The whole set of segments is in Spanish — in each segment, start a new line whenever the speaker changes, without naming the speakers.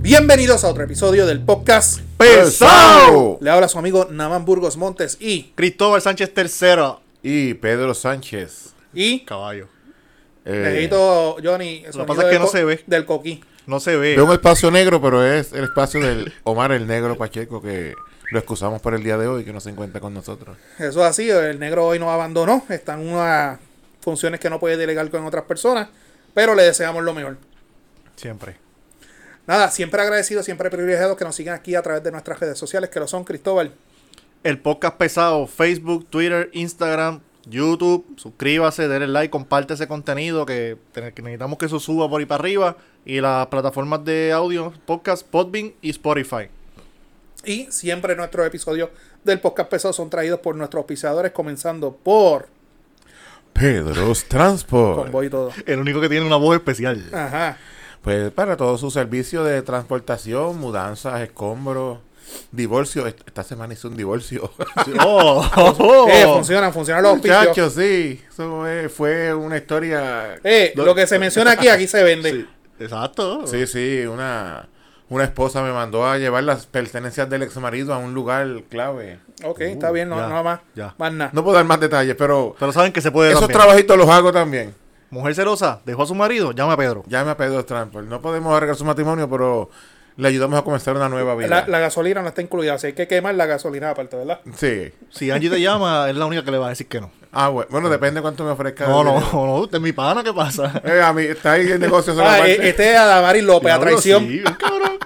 Bienvenidos a otro episodio del podcast.
¡Pesado!
Le habla su amigo Namán Burgos Montes y.
Cristóbal Sánchez tercero.
Y Pedro Sánchez.
Y.
Caballo.
eh,
Necesito, Johnny. el
Lo que
sonido
pasa es que
del
no
co-
se ve.
Del coquí.
No se ve.
veo un espacio negro, pero es el espacio del Omar el Negro Pacheco que lo excusamos por el día de hoy que no se encuentra con nosotros.
Eso es así, el negro hoy nos abandonó. Están unas funciones que no puede delegar con otras personas, pero le deseamos lo mejor.
Siempre.
Nada, siempre agradecidos, siempre privilegiados que nos sigan aquí a través de nuestras redes sociales, que lo son Cristóbal.
El podcast pesado, Facebook, Twitter, Instagram, YouTube. Suscríbase, denle like, comparte ese contenido que, te- que necesitamos que eso suba por ahí para arriba. Y las plataformas de audio, podcast, Podbean y Spotify.
Y siempre nuestros episodios del podcast pesado son traídos por nuestros auspiciadores, comenzando por
Pedro's Transport.
Convoy y todo.
El único que tiene una voz especial.
Ajá.
Pues para todo su servicio de transportación, mudanzas, escombros, divorcio. Est- Esta semana hice un divorcio.
Oh, oh, oh.
Eh, funcionan, funcionan los auspicios.
Muchachos, sí. Eso eh, fue una historia.
Eh, lo que se menciona aquí, aquí se vende.
Sí, Exacto.
Sí, sí, una, una esposa me mandó a llevar las pertenencias del ex marido a un lugar clave.
Ok, está bien, no,
ya,
no más.
ya.
Más nada.
No puedo dar más detalles, pero
Pero saben que se puede.
esos
también.
trabajitos los hago también.
Mujer celosa, dejó a su marido, llame a Pedro.
Llame a Pedro Transport. No podemos arreglar su matrimonio, pero le ayudamos a comenzar una nueva vida.
La, la gasolina no está incluida, así que hay que quemar la gasolina aparte, ¿verdad?
Sí.
Si Angie te llama, es la única que le va a decir que no.
Ah, bueno, bueno depende cuánto me ofrezca.
No,
el
no,
dinero.
no, usted es mi pana, ¿qué pasa?
Eh, a mí, está ahí el negocio. solo
Ah,
aparte.
eh, este es Adamari López, a
Diablo,
traición.
sí, bien cabrón.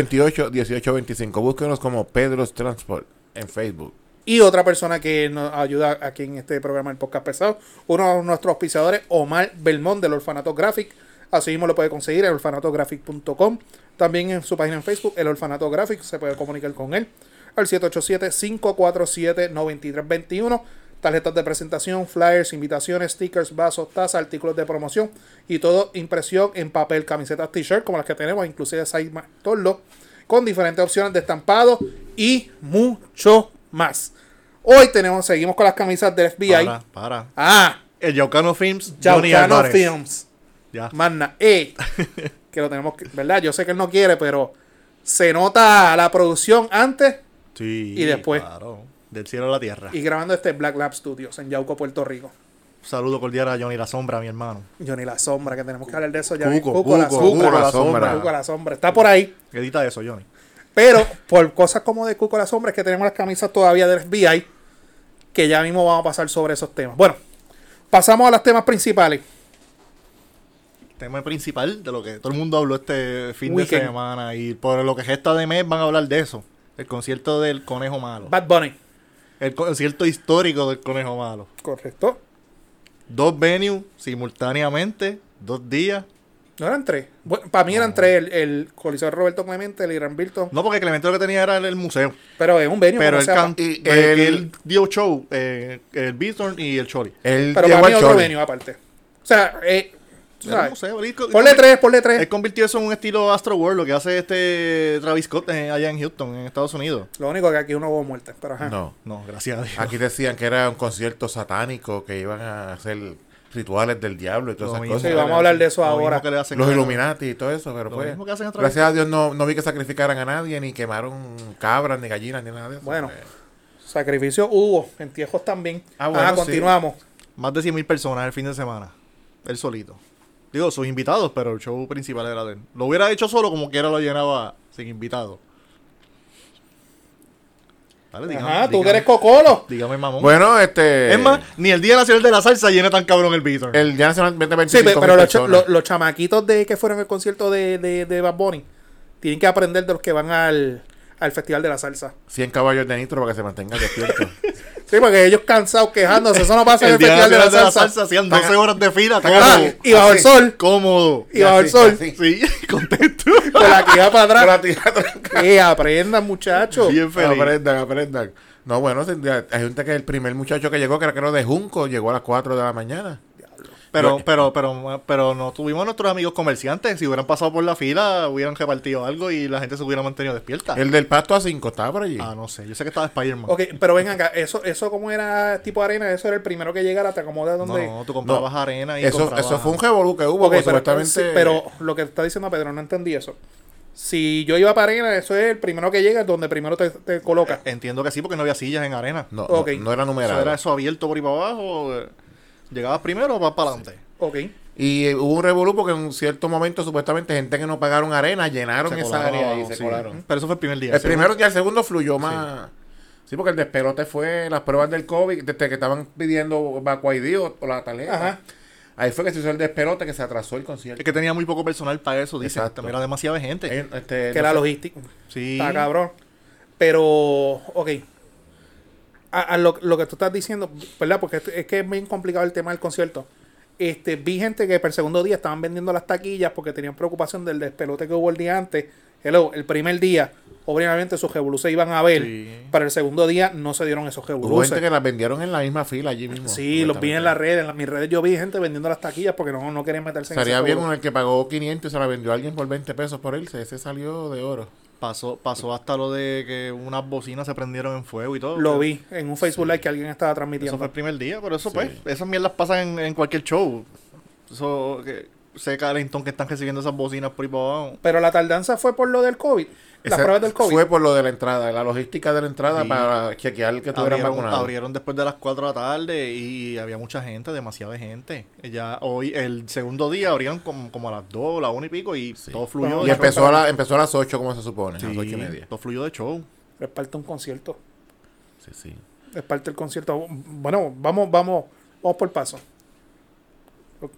787-628-1825. Búsquenos como Pedro's Transport en Facebook.
Y otra persona que nos ayuda aquí en este programa del podcast pesado, uno de nuestros auspiciadores, Omar Belmont del Orfanato Graphic. Así mismo lo puede conseguir en orfanatographic.com. También en su página en Facebook, El Orfanato Graphic, se puede comunicar con él al 787-547-9321. Tarjetas de presentación, flyers, invitaciones, stickers, vasos, tazas, artículos de promoción y todo impresión en papel, camisetas, t-shirt como las que tenemos, inclusive Saima Torlo, con diferentes opciones de estampado y mucho más. Hoy tenemos, seguimos con las camisas del FBI.
Para, para.
Ah,
El Yaucano Films, Johnny
Chaucano
Álvarez.
Films.
Ya.
Magna, eh, que lo tenemos, que- ¿verdad? Yo sé que él no quiere, pero se nota la producción antes
Sí,
Y después.
claro. del cielo a la tierra.
y grabando este Black Lab Studios en Yauco, Puerto Rico.
Un saludo cordial a Johnny La Sombra, mi hermano.
Johnny La Sombra, que tenemos que hablar de eso ya.
Cuco,
Cuco la
Cuco,
Sombra.
Cuco la Sombra.
Cuco la Sombra. Está por ahí.
Edita eso, Johnny.
Pero por cosas como de Cuco la Sombra es que tenemos las camisas todavía del FBI, que ya mismo vamos a pasar sobre esos temas. Bueno, pasamos a los temas principales.
Tema principal de lo que todo el mundo habló este fin
Weekend.
de semana. Y por lo que gesta de mes van a hablar de eso. El concierto del Conejo Malo.
Bad Bunny.
El concierto histórico del Conejo Malo.
Correcto.
Dos venues simultáneamente, dos días.
No eran tres. Bueno, para mí eran tres. El, el Coliseo de Roberto Clemente, el Irán Bilton.
No, porque Clemente lo que tenía era el, el museo.
Pero es un venio.
Pero
no
él,
sea
can-
pa-
y
el,
el-
él dio show, eh, el Bithorn y el Choli.
Eh,
Él
pero
llegó
para mí
al
otro
show.
venio aparte. O sea, eh, tú
Era un
sabes.
museo, él-
Ponle tres, ponle
Él
tres.
convirtió eso en un estilo Astro World, lo que hace este Travis Scott eh, allá en Houston, en Estados Unidos.
Lo único que aquí uno hubo muertes, pero ajá.
Ah. No.
No, gracias a Dios.
Aquí decían que era un concierto satánico, que iban a hacer rituales del diablo y
Lo
todas esas
mismo
cosas.
que
Sí, vamos a
le
hablar
hacen-
de eso
lo
ahora.
mismo que le hacen
Los
a-
Illuminati y todo eso, pero
Lo
pues,
mismo que hacen a través-
gracias a Dios no, no vi que sacrificaran a nadie, ni quemaron cabras, ni gallinas, ni nada de eso.
Bueno.
pues.
Sacrificio hubo, entierros también. Ah,
Ah, bueno, sí.
continuamos.
Más de 100.000 personas el fin de semana. Él solito. Digo, sus invitados, pero el show principal era de él. Lo hubiera hecho solo como quiera lo llenaba sin invitados. Dale, dígame,
Ajá, tú
dígame.
que eres cocolo.
Dígame, mamón.
Bueno, este.
es más, ni el Día Nacional de la Salsa llena tan cabrón el Bithorn.
El Día Nacional vende
Sí,
25
pe- pero los, cha-
personas.
lo- los chamaquitos de que fueron al concierto de, de, de Bad Bunny tienen que aprender de los que van al, al Festival de la Salsa.
100 caballos de nitro para que se mantengan despiertos.
Sí, porque ellos cansados quejándose, eso no pasa en
El
el
Día
Festival de la
Nacional de la
Salsa.
Salsa hacían 12 horas de fila. tan
Ah,
cómodo.
y bajo el
Así,
sol.
Cómodo.
Y bajo el
así,
sol,
así.
Sí, contento.
con la que va para atrás.
Gratis, gratis.
Que aprendan, muchachos.
Bien feliz.
aprendan, aprendan. No, bueno, se- hay gente que el primer muchacho que llegó, que era creo de Junco, llegó a las 4 de la mañana.
Pero, pero, pero, pero no tuvimos nuestros amigos comerciantes. Si hubieran pasado por la fila, hubieran repartido algo y la gente se hubiera mantenido despierta.
El del pasto a 5 estaba por allí.
Ah, no sé. Yo sé que estaba Spider-Man.
Ok, pero ven acá, eso, eso como era tipo arena, eso era el primero que llegara, te acomoda
No,
donde.
no, tú comprabas arena y
eso,
comprabas-
eso fue un revolú que hubo,
Ok,
porque
pero,
supuestamente.
sí, pero lo que está diciendo Pedro, no entendí eso. Si yo iba para arena, eso es el primero que llega, donde primero te, te coloca.
Eh, Entiendo que sí, porque no había sillas en arena.
No,
Ok.
no, no era numerado.
Eso era eso abierto por ahí para abajo. eh, Llegabas primero o vas para adelante.
Ok.
Y eh, hubo un revolú porque en cierto momento, supuestamente, gente que no pagaron arena llenaron esa
colaron
área y
abajo,
se
sí.
colaron.
Pero eso fue el primer día.
El
segundo-
primero y el segundo fluyó más. Sí. porque el despelote fue las pruebas del COVID, desde que estaban pidiendo Vacu ID o, o la tarjeta.
Ajá.
Ahí fue que se hizo el despelote que se atrasó el concierto.
Es que tenía muy poco personal para eso, dice.
Exacto.
Era demasiada gente.
Eh, este,
Que la logística.
sí.
Está cabrón. Pero, ok. A, a lo, lo que tú estás diciendo, ¿verdad? Porque es, es que es bien complicado el tema del concierto. Este, vi gente que para el segundo día estaban vendiendo las taquillas porque tenían preocupación del despelote que hubo el día antes. Hello, el primer día, obviamente sus revoluces iban a ver.
Sí.
Para el segundo día no se dieron esos
hubo
revoluces.
gente que las vendieron en la misma fila allí mismo.
Sí, los vi en las
red.
redes. En las- mis redes yo vi gente vendiendo las taquillas porque no, no querían meterse en
Estaría
ese
bien
juego.
con el que pagó 500 y se la vendió a alguien por 20 pesos por él. Ese salió de oro.
Pasó, pasó hasta lo de que unas bocinas se prendieron en fuego y todo.
Lo vi en un Facebook Live que alguien estaba
Eso fue
transmitiendo.
el primer día, pero eso pues, esas mierdas pasan en, en cualquier show. Eso, que, ese calentón que están recibiendo esas bocinas por ahí para abajo.
Pero la tardanza fue por lo del COVID. Las
Ese
pruebas del COVID.
Fue por lo de la entrada, la logística de la entrada
Sí.
para chequear que estuvieran
Abrieron,
vacunados.
abrieron después de las 4 de la tarde y había mucha gente, demasiada gente. Ya hoy, el segundo día abrieron como, como a las 2, las 1 y pico y todo fluyó.
Bueno,
Y
de-
abrieron
empezó a,
para-
la- empezó a las 8, como se supone, a
sí,
las 8 Ah, y media.
todo fluyó de show.
Pero es parte de un concierto.
Sí, sí.
Es parte del concierto. Bueno, vamos, vamos, vamos por paso.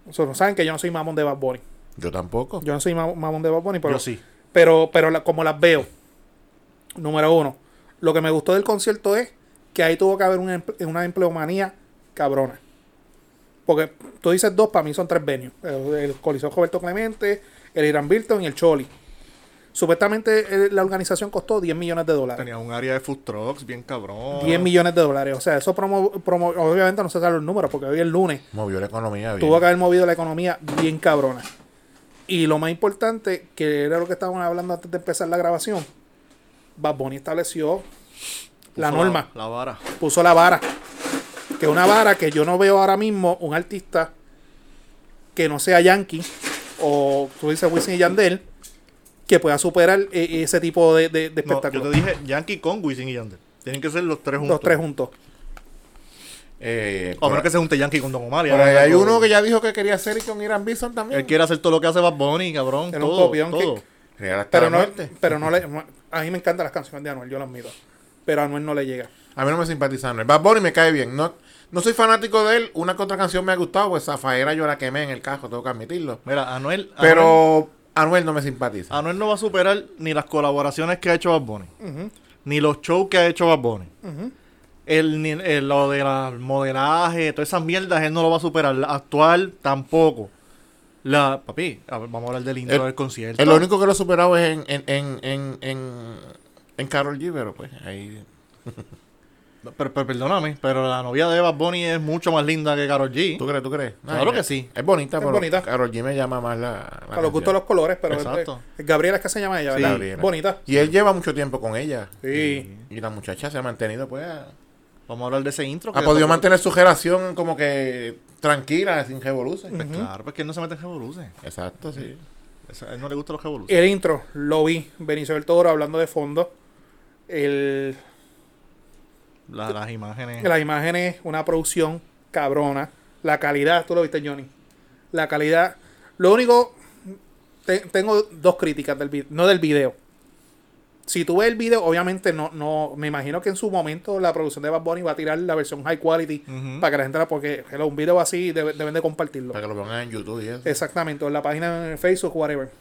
O sea, saben que yo no soy mamón de Bad Bunny.
Yo tampoco.
Yo no soy mam- mamón de Bad Bunny, pero,
Yo sí.
pero, pero la- como las veo. Número uno. Lo que me gustó del concierto es que ahí tuvo que haber una, emple- una empleomanía cabrona. Porque tú dices dos, para mí son tres venues. El, el Coliseo Roberto Clemente, el Irán Bilton y el Choli. Supuestamente eh, la organización costó 10 millones de dólares.
Tenía un área de food trucks bien cabrón.
10 millones de dólares. O sea, eso promo, promo- obviamente no se saben los números porque hoy es lunes.
Movió la economía bien.
Tuvo que haber movido la economía bien cabrona. Y lo más importante, que era lo que estábamos hablando antes de empezar la grabación, Bad Bunny estableció
Puso
la norma,
La, vara.
puso la vara. Que es una vara que yo no veo ahora mismo un artista que no sea Yankee o tú dices Wisin y Yandel que pueda superar eh, ese tipo de, de- de
No, yo
espectáculo.
te dije Yankee con Wisin y Yandel. Tienen que ser los tres juntos.
Los tres juntos.
Eh,
A menos
por-
que se junte Yankee con Don Omar. y
por ahí
hagan
hay
algo.
uno que ya dijo que quería hacer y con Irán Bison
Él
también.
quiere hacer todo lo que hace Bad Bunny, cabrón.
Era un
todo,
copión que-
todo.
Real hasta
Pero
la
no,
muerte.
pero no le. no- A mí me encantan las canciones de Anuel, yo las miro. Pero a Anuel no le llega.
A mí no me simpatiza Anuel. Bad Bunny me cae bien. No, no soy fanático de él. Una que otra canción me ha gustado. Pues Zafaera yo la quemé en el cajo, tengo que admitirlo.
Mira, Anuel, Anuel,
Pero Anuel no me simpatiza.
Anuel no va a superar ni las colaboraciones que ha hecho Bad Bunny,
Ujú,
ni los shows que ha hecho Bad Bunny.
ujú.
El, ni- el- lo de la- el modelaje, todas esas mierdas, él no lo va a superar. La actual tampoco. La, papi, a ver, vamos a hablar del intro
El-
del concierto.
El único que lo ha superado es en, en, en, en, en, en Carol G, pero pues ahí.
pero, pero perdóname, pero la novia de Bad Bunny es mucho más linda que Karol G.
¿Tú crees? ¿Tú crees? No,
Claro
es-
que sí.
Es bonita,
Es
pero
bonita.
Karol G me llama más la. la
A los
atención.
gustos de los colores, pero.
Exacto.
eh, Gabriela es que se llama ella, ¿verdad?
Gabriela.
Bonita.
Y él lleva mucho tiempo con ella.
Sí.
Y la muchacha se ha mantenido, pues. Ha,
Vamos a hablar de ese intro.
ha
que-
podido mantener su relación como que tranquila, sin revolución.
Pues Claro, porque él no se mete en revoluciones.
Exacto, sí.
Eso- A él no le gustan los revoluciones.
El intro, lo vi. Benicio del Toro hablando de fondo. El,
La- las imágenes.
las imágenes, una producción cabrona. La calidad, tú lo viste, Johnny. La calidad. Lo único. te- tengo dos críticas del video. No del video. Si tú ves el video, obviamente no, no. Me imagino que en su momento la producción de Bad Bunny va a tirar la versión high quality
Ujú.
para que la gente la. Porque hello, un video así debe- deben de compartirlo.
Para que lo pongan en YouTube y eso.
Exactamente, o en la página de Facebook, whatever.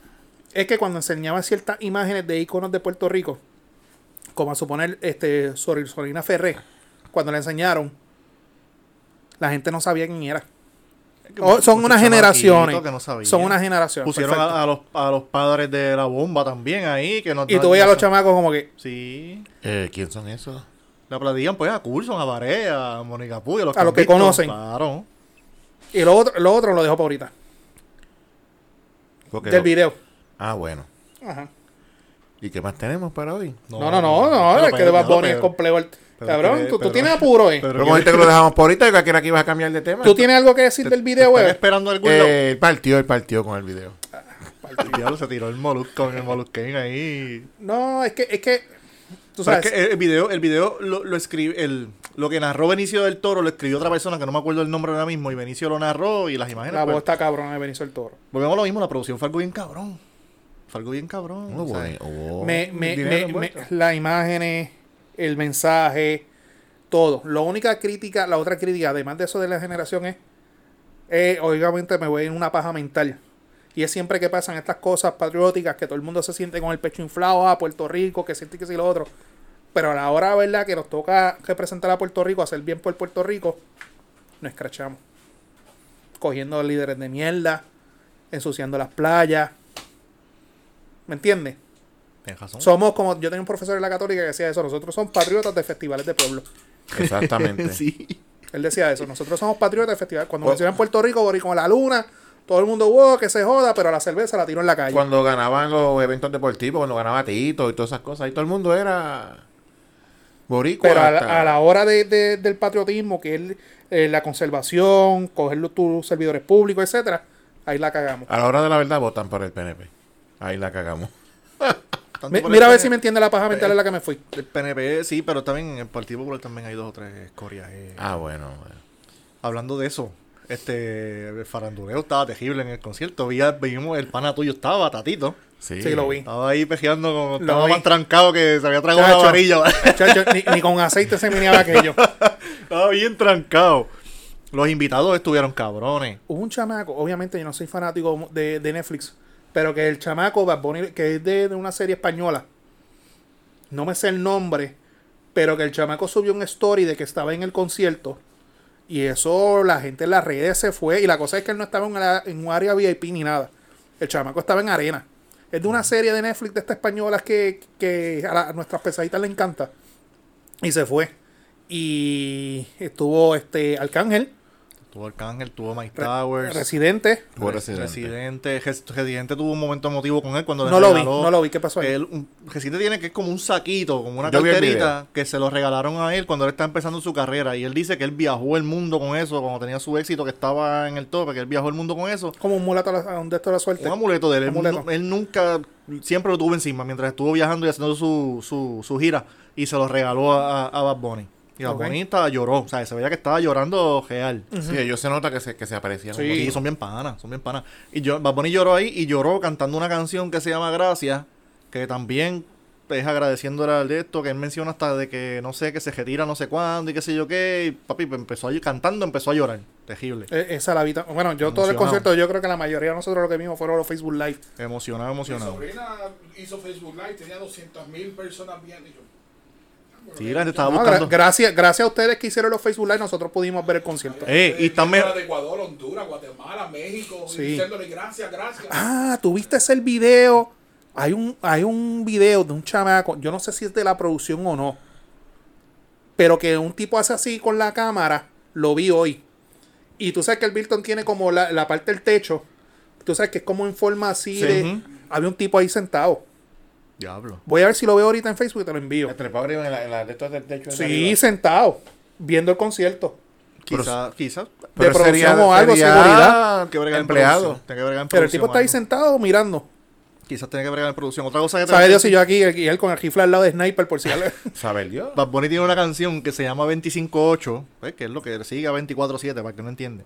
Es que cuando enseñaban ciertas imágenes de iconos de Puerto Rico, como a suponer este, Sor- Sorina Ferré, cuando la enseñaron, la gente no sabía quién era.
Es que
O- son unas
muchos chamaquitos
generaciones.
que no sabían.
Son unas generaciones.
Pusieron
perfecto.
a, a los, a los padres de la bomba también ahí. que no,
y tú veías a
no-
los chamacos como que.
Sí.
Eh, ¿Quién son esos?
Le aplaudían pues a Coulson, a Barea, a Mónica Puy, a los
A los que
han visto.
conocen.
Claro.
Y lo otro, lo otro lo dejo para ahorita.
Porque
del
lo-
video.
Ah, bueno.
Ajá.
¿Y qué más tenemos para hoy?
No, no, no, no,
Pero
es que de
Pedro,
Bad Bunny
Pedro.
es complejo. el- cabrón,
Pedro,
tú, tú
Pedro.
tienes apuro, eh.
Pedro,
Pero como
¿qué-
dijiste que lo dejamos por ahorita, yo creo que ibas a cambiar de tema.
Tú tienes algo que decir del video,
Están
güey.
esperando algún lado.
Eh, él partió, él partió con el video.
El diablo se tiró el molusco en el molusquín ahí.
No, es que, es que, tú
Pero
sabes,
es que eh, el video, el video lo, lo escribe, el, lo que narró Benicio del Toro lo escribió otra persona que no me acuerdo el nombre ahora mismo y Benicio lo narró y las imágenes.
la voz
pues,
está cabrona de Benicio del Toro.
volvemos a lo mismo, la producción fue algo bien cabrón. Fue algo bien cabrón.
Oh,
o sea,
bueno, oh.
me, me,
Dinero
me,
envuelto.
me- las imágenes, el mensaje, todo. La única crítica, la otra crítica, además de eso de la generación, es, eh, obviamente me voy en una paja mental. Y es siempre que pasan estas cosas patrióticas, que todo el mundo se siente con el pecho inflado a Puerto Rico, que siente que sí lo otro. Pero a la hora, ¿verdad? Que nos toca representar a Puerto Rico, hacer bien por Puerto Rico, nos escrachamos. Cogiendo líderes de mierda, ensuciando las playas. ¿Me entiendes?
Tienes razón.
Somos como, yo tenía un profesor en la católica que decía eso, nosotros somos patriotas de festivales de pueblo.
Exactamente.
sí.
Él decía eso, nosotros somos patriotas de festivales. Cuando
Oh.
mencionan Puerto Rico, Boricua la luna, todo el mundo, wow, que se joda, pero la cerveza la tiró en la calle.
Cuando ganaban los eventos deportivos, cuando ganaba Tito y todas esas cosas, ahí todo el mundo era boricua.
pero a
hasta-
la, a la hora de- de- del patriotismo, que es eh, la conservación, coger los- tus servidores públicos, etcétera, ahí la cagamos.
a la hora de la verdad votan por el PNP. Ahí la cagamos.
Tanto
Mi-
por el
mira a ver
PNP
si me entiende la paja mental en la que me fui.
Del PNP, sí, pero también en el Partido Popular también hay dos o tres escorias. eh.
Ah, bueno. bueno.
Hablando de eso, este el faranduleo estaba terrible en el concierto. Vi a- vimos, el pana tuyo estaba, Tatito.
Sí,
Sí, lo vi.
Estaba ahí pejeando como
Lo
estaba
vi.
más trancado que se había tragado
Chacho.
una varilla.
Chacho, ni, ni con aceite se meneaba aquello.
Estaba bien trancado. Los invitados estuvieron cabrones.
Hubo un chamaco, obviamente yo no soy fanático de, de Netflix, pero que el chamaco Bad Bunny, que es de, de una serie española, no me sé el nombre, pero que el chamaco subió un story de que estaba en el concierto y eso la gente en las redes se fue y la cosa es que él no estaba en, la- en un área VIP ni nada. El chamaco estaba en arena. Es de una serie de Netflix de estas españolas que, que a, la- a nuestras pesaditas le encanta. Y se fue. Y estuvo este Arcángel,
Tuvo Arcángel, tuvo Mike
Re-
Towers.
residente.
Fue
Res-
residente.
Residente. Res- Residente tuvo un momento emotivo con él cuando le
No lo vi,
regaló-
no lo vi. ¿Qué pasó ahí?
Él, un- Residente tiene que es como un saquito, como una
Yo vi el
carterita que se lo regalaron a él cuando él está empezando su carrera. Y él dice que él viajó el mundo con eso, cuando tenía su éxito que estaba en el tope, que él viajó el mundo con eso.
Como un mulato a, la- a un de estos de la suerte.
Un amuleto de él. Él,
Amuleto.
nu- él nunca, siempre lo tuvo encima mientras estuvo viajando y haciendo su, su, su gira. Y se lo regaló a, a- a Bad Bunny. Y Bad
Ok.
Bunny estaba- lloró. O sea, se veía que estaba llorando real.
Sí, ellos se nota que se, que se aparecían.
Sí.
un montón.
Y son bien panas, son bien panas. Y yo, Bad Bunny lloró ahí y lloró cantando una canción que se llama Gracias, que también es agradeciéndole al de esto, que él menciona hasta de que no sé, que se retira no sé cuándo y qué sé yo qué. Y papi pues, empezó a, ll- cantando, empezó a llorar. Terrible.
Eh, Esa la vi tam- Bueno, yo todo el
Emocionado.
concierto, yo creo que la mayoría de nosotros lo que vimos fueron los Facebook Live.
Emocionado, emocionado.
Mi sobrina hizo Facebook Live, tenía 200 mil personas viendo y yo.
Sí, la gente estaba
No, Ah, gra-
buscando.
gracias, gracias a ustedes que hicieron los Facebook Live, nosotros pudimos ver el concierto.
Eh, y
Gente
también.
De Ecuador, Honduras, Guatemala, México,
Sí.
y diciéndole gracias, gracias.
Ah, ¿tuviste el video? Hay un, hay un video de un chamaco, yo no sé si es de la producción o no, pero que un tipo hace así con la cámara, lo vi hoy. Y tú sabes que el Bilton tiene como la, la parte del techo, tú sabes que es como en forma así
Sí.
de...
Ujú.
Había un tipo ahí sentado.
Diablo.
Voy a ver si lo veo ahorita en Facebook y te lo envío.
Trepado arriba en la, en la de estos del techo. de
Sí,
arriba.
sentado, viendo el concierto.
Quizás, quizás.
de producción o algo,
sería
seguridad.
Ah, que bregar en
empleado.
producción, Tiene que bregar en
Pero el tipo
producción,
está ahí
mano.
sentado mirando.
Quizás tiene que bregar en producción. Otra cosa que
Sabe
también-
Dios si yo aquí y él con el rifle al lado de Sniper por si algo.
Saber Dios.
Bad Bunny tiene una canción que se llama 25-8, pues, que es lo que sigue a 24-7, para el que no entiende.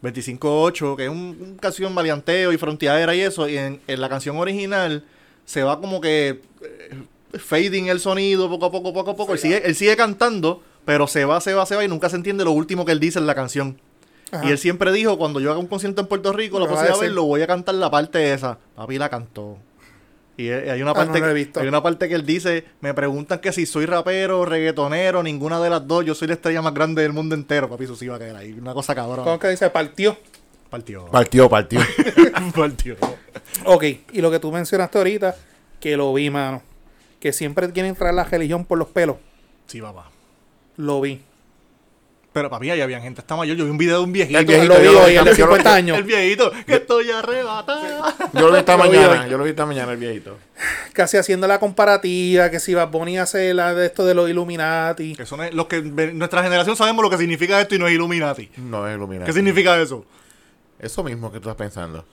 25-8, que es un, un canción maleanteo y fronteadera y eso, y en, en la canción original se va como que eh, fading el sonido poco a poco, poco a poco. Él sigue, él sigue cantando, pero se va, se va, se va y nunca se entiende lo último que él dice en la canción.
Ajá.
Y él siempre dijo, cuando yo haga un concierto en Puerto Rico,
Lo
la
va a
próxima vez
decir.
lo voy a cantar la parte esa. Papi la cantó. Y eh, hay una
Ah,
parte,
no lo he
que-
visto.
hay una parte que él dice, me preguntan que si soy rapero, reggaetonero, ninguna de las dos, yo soy la estrella más grande del mundo entero, papi, eso sí va a caer ahí. Una cosa cabrona.
¿Cómo que dice? Partió.
Partió.
Partió, partió.
Partió.
Ok, y lo que tú mencionaste ahorita, que lo vi, mano. Que siempre quieren traer la religión por los pelos.
Sí, papá.
Lo vi.
Pero para mí ahí había gente hasta mayor. Yo vi un video de un viejito.
El
Yo
viejito,
lo vi
yo lo
hoy,
vi
el de
también, yo lo-
50 años.
El viejito, que estoy arrebatado.
Yo lo vi esta
Lo vi
mañana,
hoy.
yo lo vi esta mañana el viejito.
Casi haciendo la comparativa, que si Bad Bunny hace la de esto de los Illuminati.
Que son los que ve- nuestra generación sabemos lo que significa esto y no es Illuminati.
No es iluminado.
¿Qué significa eso?
Eso mismo que tú estás pensando.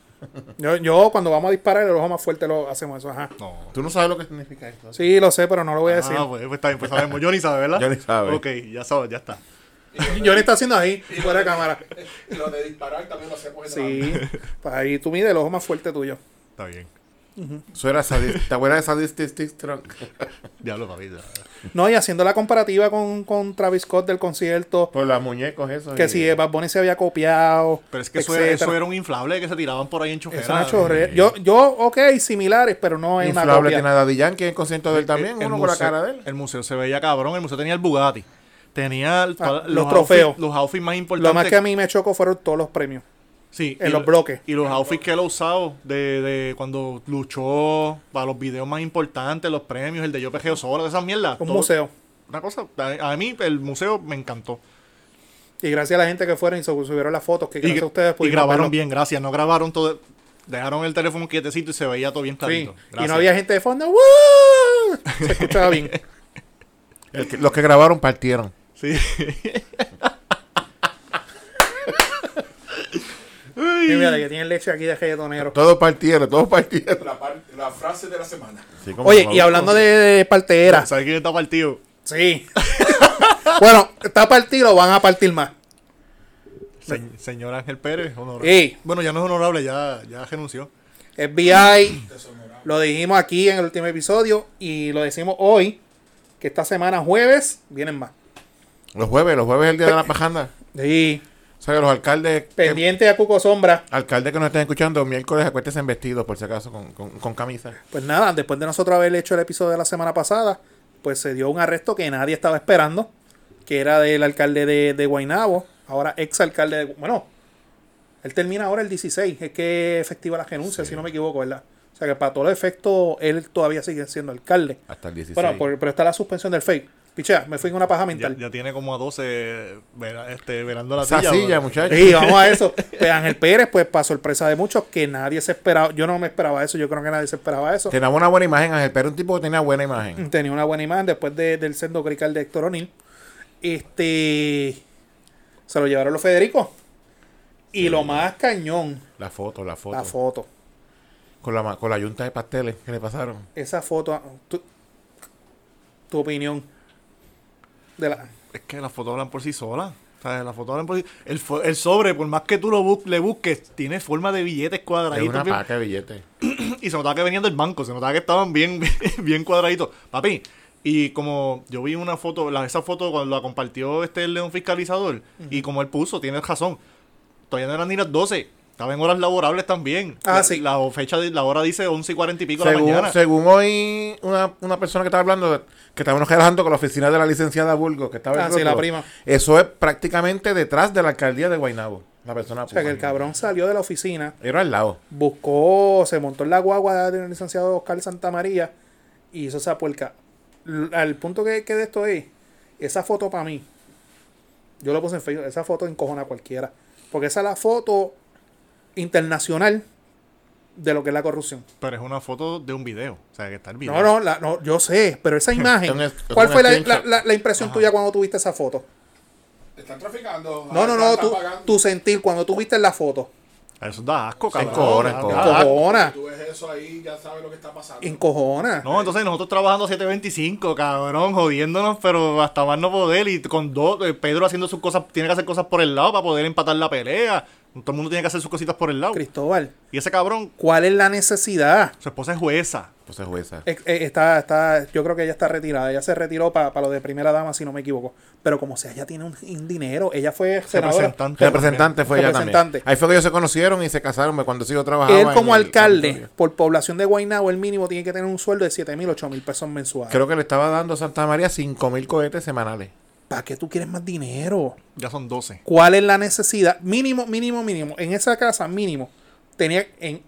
Yo, yo cuando vamos a disparar el ojo más fuerte lo hacemos eso, ajá.
No.
Tú no sabes lo que significa eso.
Sí, lo sé, pero no lo voy a decir.
Ah, pues, pues está bien, pues sabemos. Johnny sabe, ¿verdad?
Johnny sabe.
Ok, ya sabes, ya está.
Yo le está haciendo ahí, fuera de cámara.
Y lo de disparar también lo hacemos en
Sí, pues ahí tú mides el ojo más fuerte tuyo.
Está bien.
Eso era sadist- ¿Te acuerdas de Sadistic Trunk?
Diablo, papi. ya.
No, y haciendo la comparativa con, con Travis Scott del concierto,
Por los muñecos, eso.
que
y-
si Bad Bunny se había copiado.
Pero es que eso,
etcétera.
era- eso era un inflable que se tiraban por ahí en chofera.
Eso no es chorre- Yo, yo, ok, similares, pero no es una
Inflable
copia.
tiene a Daddy Yankee en el concierto de él también, uno con la
museo-
cara de él.
El museo se veía cabrón. El museo tenía el Bugatti. Tenía el-
Ah,
toda-
los trofeos.
outfits- los outfits más importantes.
Lo más que a mí me chocó fueron todos los premios.
Sí,
en
y
los
lo-
bloques.
Y los outfits que él ha usado de, de cuando luchó para los videos más importantes, los premios, el de Yo Pejeo Solo, de esas mierdas.
Un
Todo-
museo.
Una cosa, a, a mí el museo me encantó.
Y gracias a la gente que fueron y se subieron las fotos, que
Y,
gracias a ustedes
y
pudimos
grabaron
verlo.
bien, gracias. No grabaron todo. Dejaron el teléfono quietecito y se veía todo bien
Sí,
clarito.
Y
Gracias.
no había gente de fondo. ¡Woo! Se escuchaba bien.
El que- los que grabaron partieron.
Sí.
Y mira, que tienen leche aquí de reggaetonero.
Todos partieron, todos partieron.
La, par- la frase de la semana.
Sí, como
Oye,
como-
y hablando de, de parteeras.
¿Sabes quién está partido?
Sí. bueno, está partido, van a partir más.
Se- señor Ángel Pérez, honorable.
Ey.
Bueno, ya no es honorable, ya, ya renunció.
FBI, lo dijimos aquí en el último episodio y lo decimos hoy, que esta semana jueves vienen más.
Los jueves, los jueves es el día de la pajanda.
Sí.
O sea, que los alcaldes. que-
Pendiente a Cuco Sombra.
alcaldes que nos estén escuchando, miércoles acuéstense en vestidos, por si acaso, con, con, con camisa.
Pues nada, después de nosotros haber hecho el episodio de la semana pasada, pues se dio un arresto que nadie estaba esperando, que era del alcalde de, de Guaynabo, ahora ex alcalde de... Gu- Bueno, él termina ahora el 16, es que efectiva la renuncia, si no me equivoco, ¿verdad? O sea que para todo el efecto, él todavía sigue siendo alcalde.
Hasta el 16.
Bueno, por- pero está la suspensión del fake. Pichea, me fui en una paja
Ya,
mental.
ya tiene como a 12 vera- este, velando la
Esa
silla.
silla,
bueno.
muchachos.
Sí, vamos a eso. Pues Ángel Pérez, pues para sorpresa de muchos, que nadie se esperaba. Yo no me esperaba eso, yo creo que nadie se esperaba eso.
Tenía una buena imagen, Ángel. Pero un tipo que tenía buena imagen.
Tenía una buena imagen después de- del sendo crical de Héctor O'Neill. Este. Se lo llevaron los Federico. Y lo más cañón,
La foto, la foto.
la foto.
con, la, ma- con la yunta de pasteles que le pasaron.
Esa foto. Tu, tu opinión. De la.
Es que las fotos hablan por sí solas. O sea, las fotos hablan por sí- El, fo- el sobre, por más que tú lo bus- le busques, tiene forma de billetes
Es
cuadraditos.
una
bien-
paca de billetes.
y se notaba que venían del banco, se notaba que estaban bien, bien cuadraditos. Papi, y como yo vi una foto, la, esa foto cuando la compartió este el León Fiscalizador, y como él puso, tiene razón, todavía no eran ni las 12, estaban en horas laborables también.
Ah,
la,
sí.
La fecha, de, la hora dice 11 y 40 y pico de la
Según,
mañana.
según hoy, una, una persona que estaba hablando, de- que estábamos relajando con la oficina de la licenciada Burgos, que estaba en
Ah, sí, la
Rockwell.
prima.
Eso es prácticamente detrás de la alcaldía de Guaynabo. La persona.
O sea, que el cabrón salió de la oficina.
Era al lado.
buscó, se montó en la guagua del licenciado Oscar Santa María y hizo esa puerca. L- Al punto que, que de esto es, esa foto para mí, yo lo puse en Facebook, esa foto encojona a cualquiera. Porque esa es la foto internacional de lo que es la corrupción.
Pero es una foto de un video, o sea, que está el video.
No, no, la- no, yo sé, pero esa imagen.
Es un- es
¿Cuál
un
fue la, la-
screenshot.
la- la impresión tuya cuando tuviste esa foto?
Te están traficando.
No,
Ah,
no,
están-
no,
están
tú,
pagando.
tu sentir cuando tuviste la foto.
Eso da asco, cabrón.
encojona,
Da-
encojona.
da asco.
Encojona,
Tú ves eso ahí, ya sabes lo que está pasando.
encojona.
No, entonces nosotros trabajando 7.25, cabrón, jodiéndonos, pero hasta más no poder. Y con dos, eh, Pedro haciendo sus cosas, tiene que hacer cosas por el lado para poder empatar la pelea. Todo el mundo tiene que hacer sus cositas por el lado.
Cristóbal,
Y ese cabrón,
¿cuál es la necesidad?
su esposa es jueza.
Pues es jueza.
Ex- eh, Está, está, yo creo que ella está retirada. Ella se retiró para lo de primera dama, si no me equivoco. Pero como sea, ella tiene un, un dinero. Ella fue senadora.
Representante.
Representante fue ella
Representante.
también. Ahí fue que ellos se conocieron y se casaron pues, cuando yo trabajaba.
Él como
en el
alcalde,
sanatorio.
por población de Guaynabo, el mínimo tiene que tener un sueldo de 7 mil, 8 mil pesos mensuales.
Creo que le estaba dando a Santa María 5 mil cohetes semanales.
¿Para qué tú quieres más dinero?
Ya son 12.
¿Cuál es la necesidad? Mínimo, mínimo, mínimo. En esa casa, mínimo, tenía en,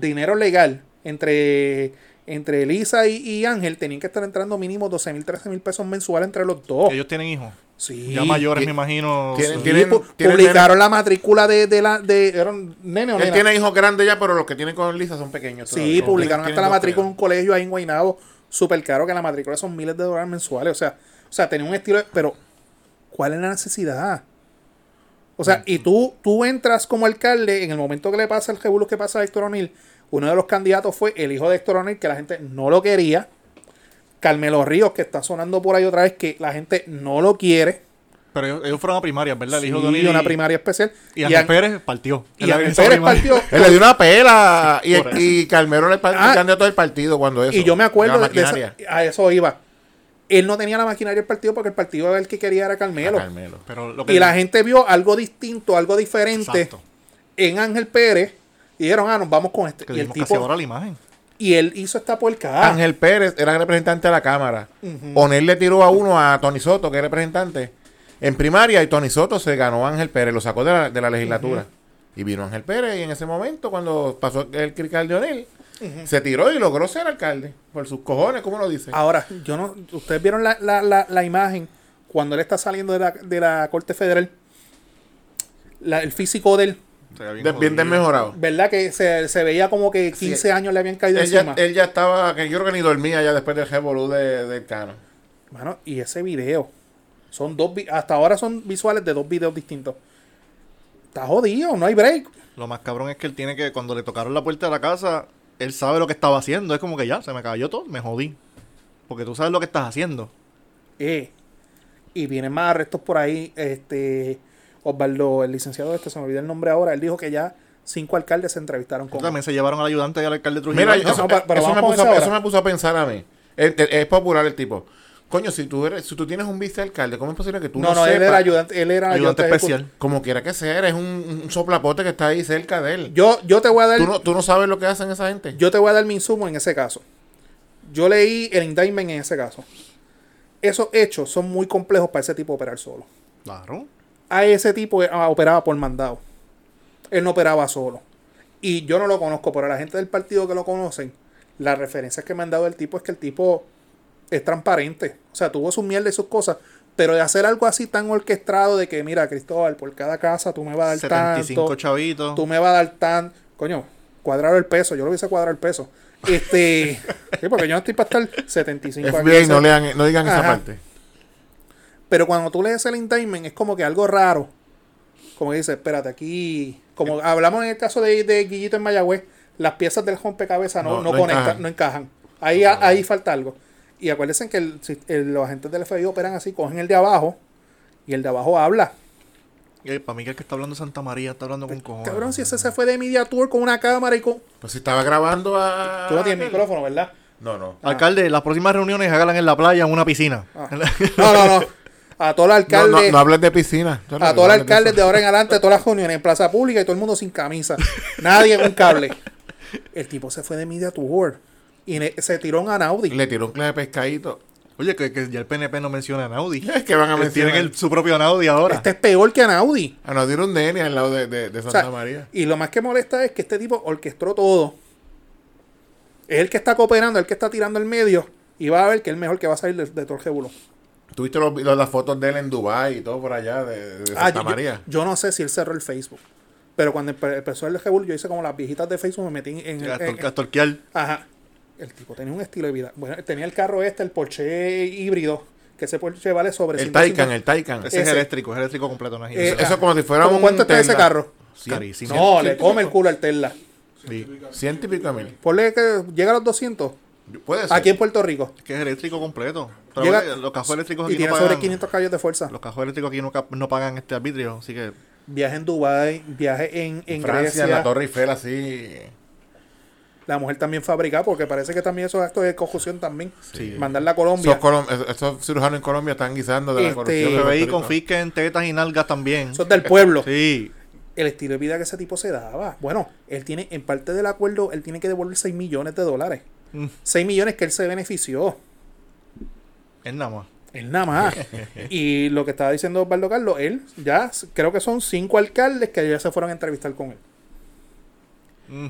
dinero legal entre... Entre Elisa y, y Ángel tenían que estar entrando mínimo 12 mil, 13 mil pesos mensuales entre los dos.
Ellos tienen hijos.
Sí.
Ya mayores,
ti-
me imagino.
tiene-
sí.
Sí, pu-
Oh. tienen-
publicaron la matrícula de, de la de eran nene o
Él
nena.
tiene hijos grandes ya, pero los que tiene con Lisa son pequeños. todavía.
sí, publicaron
Tienen
hasta la
dos,
matrícula en
creo.
un colegio ahí en Guaynabo, súper caro que la matrícula son miles de dólares mensuales, o sea, o sea, tenía un estilo, de- pero ¿cuál es la necesidad? O sea, y tú tú entras como alcalde en el momento que le pasa el revuelo que pasa a Héctor O'Neill, uno de los candidatos fue el hijo de Héctor O'Neill que la gente no lo quería. Carmelo Ríos, que está sonando por ahí otra vez, que la gente no lo quiere.
Pero ellos, ellos fueron a primarias, ¿verdad? El hijo de
Sí,
O'Neill
una primaria especial.
Y,
Y
Ángel
Ángel-
Pérez partió.
y
Él
Ángel
hizo
Pérez
primaria.
partió.
Él Eh, le dio una pela y,
Por eso.
y Calmero era el, par-
Ah.
el candidato del partido cuando eso.
Y yo me acuerdo
La
de- de esa-
maquinaria.
a eso iba. Él no tenía la maquinaria del partido porque el partido era el que quería era Carmelo.
Ah, Carmelo.
Pero lo que
Y la gente vio algo distinto, algo diferente
Exacto.
en Ángel Pérez y dijeron, ah, nos vamos con este.
Que
Y el
dijimos casi ahora
tipo,
la imagen.
y él hizo esta puerca.
ah.
Ah,
Ángel Pérez era representante de la Cámara. O'Neill le tiró a uno a Tony Soto, que es representante, en primaria, y Tony Soto se ganó a Ángel Pérez, lo sacó de la, de la legislatura. Y vino Ángel Pérez, y en ese momento, cuando pasó el crical de O'Neill, se tiró y logró ser alcalde, por sus cojones, como lo dice.
Ahora, yo no, ustedes vieron la, la- la- la imagen cuando él está saliendo de la, de la Corte Federal. La- el físico de él,
De- bien desmejorado.
¿verdad? Que se, se veía como que 15
Sí.
años le habían caído
Él ya,
encima.
él ya estaba, que yo creo que ni dormía ya después del revolú de, del Cano.
Mano, y ese video. Son dos vi- hasta ahora son visuales de dos videos distintos. Está jodido, no hay break.
Lo más cabrón es que él tiene que, cuando le tocaron la puerta de la casa, él sabe lo que estaba haciendo. Es como que ya, se me cayó todo, me jodí. Porque tú sabes lo que estás haciendo.
Eh, Y vienen más arrestos por ahí. Este Osvaldo, el licenciado este, se me olvidó el nombre ahora. Él dijo que ya cinco alcaldes se entrevistaron con él.
También se llevaron al ayudante y al alcalde Trujillo.
Mira,
Alto.
no,
eso,
pero- pero
eso
vamos
me
con esa
puso, a-
ahora.
eso me puso a pensar a mí. Es, es- es popular el tipo. Coño, si tú, eres, si tú tienes un vicealcalde, ¿cómo es posible que tú no,
No, no, él
sepas?
era ayudante, él era ayudante
Ayudante
ejecu-
especial.
Como quiera que sea, eres un, un soplapote que está ahí cerca de él.
Yo, yo te voy a dar,
tú, no, tú no sabes lo que hacen esa gente.
yo te voy a dar mi insumo en ese caso. Yo leí el indictment en ese caso. Esos hechos son muy complejos para ese tipo operar solo.
Claro.
a ese tipo eh, ah, operaba por mandado. Él no operaba solo. Y yo no lo conozco, pero la gente del partido que lo conocen, las referencias que me han dado del tipo es que el tipo es transparente. O sea, tuvo su mierda y sus cosas. Pero de hacer algo así tan orquestado de que, mira, Cristóbal, por cada casa tú me vas a dar
75
tanto.
chavitos.
Tú me vas a dar tan. Coño, cuadrar el peso. Yo lo hubiese cuadrado el peso. Este. sí, porque yo no estoy para estar 75 aquí,
FBI, no,
¿sabes?
lean, no digan esa
Ajá.
parte.
Pero cuando tú lees el indictment es como que algo raro. Como que dice, espérate, aquí. Como hablamos en el caso de, de Guillito en Mayagüez, las piezas del rompecabezas no,
No,
no
no
conectan,
encajan.
no encajan. Ahí, ahí falta algo. Y acuérdense que el- si- el- los agentes del FBI operan así, cogen el de abajo y el de abajo habla.
para mí que el que está hablando de Santa María está hablando con cojones.
Cabrón, si ese se fue de Media Tour con una cámara y con.
Pues si estaba grabando a.
Tú no tienes micrófono, ¿verdad?
No, no.
Alcalde, las próximas reuniones háganlas en la playa, en una piscina.
Ah. No, no, no. A todos los
No,
alcaldes.
no, no hables de piscina. Yo no-
A
no
todos los
hables de
alcaldes
eso.
de ahora en adelante, todas las reuniones en plaza pública y todo el mundo sin camisa. Nadie con cable. El tipo se fue de Media Tour y ne- se tiró a Naudi.
Le tiró un clave de pescadito.
Oye, que, que ya el PNP no menciona a Naudi.
Es que van a mencionar.
Tienen el- su propio Naudi ahora.
Este es peor que a Naudi.
A nos dieron Ah, un nene al lado de, de- de
O
Santa
sea,
María.
Y lo más que molesta es que este tipo orquestó todo. Es el que está cooperando, el que está tirando el medio. Y va a ver que es el mejor que va a salir de, de todo el jebulo.
Tuviste los- los- las fotos de él en Dubái y todo por allá de, de
Ah,
Santa
yo,
María.
yo no sé si él cerró el Facebook. Pero cuando empe- empezó el jebulo, yo hice como las viejitas de Facebook, me metí en, en-
A
en-
tor- a torquear.
Ajá. El tipo tenía un estilo de vida. Bueno, tenía el carro este, el Porsche híbrido, que ese Porsche vale sobre
El
150.
Taycan, el Taycan.
Ese, es
Ese.
eléctrico, es eléctrico completo. No es
Eh,
Eso es como si fuera
¿Cómo
un
¿Cuánto está ese
Tesla.
carro?
Cien- carísimo.
No, le come el culo al Tesla.
Sí.
Ciento y pico de mil.
Ponle que llega a los 200
Puede ser.
aquí en Puerto Rico.
Es que es eléctrico completo. Pero
Llega-
bueno, los cajos eléctricos
Y
aquí
tiene
no
sobre
pagan.
500 caballos de fuerza.
Los cajos eléctricos aquí no, cap- no pagan este arbitrio, así que
Viaje en Dubái, viaje en, en
Francia,
Grecia.
en la
La,
Torre Eiffel, así.
mujer también fabrica, porque parece que también esos actos de conjunción también.
Sí.
Mandarla a Colombia.
Esos, colom- esos- esos cirujanos en Colombia están guisando de la
Este,
corrupción. de
Pero
Pero
Puerto
ahí
Rico.
confisquen tetas y nalgas también.
Eso es del pueblo.
Sí.
el estilo de vida que ese tipo se daba. Bueno, él tiene, en parte del acuerdo, él tiene que devolver 6 millones de dólares.
Mm.
6 millones que él se benefició.
Es nada más.
Él nada más. y lo que estaba diciendo Osvaldo Carlos, él ya s- creo que son cinco alcaldes que ya se fueron a entrevistar con él.
Mm.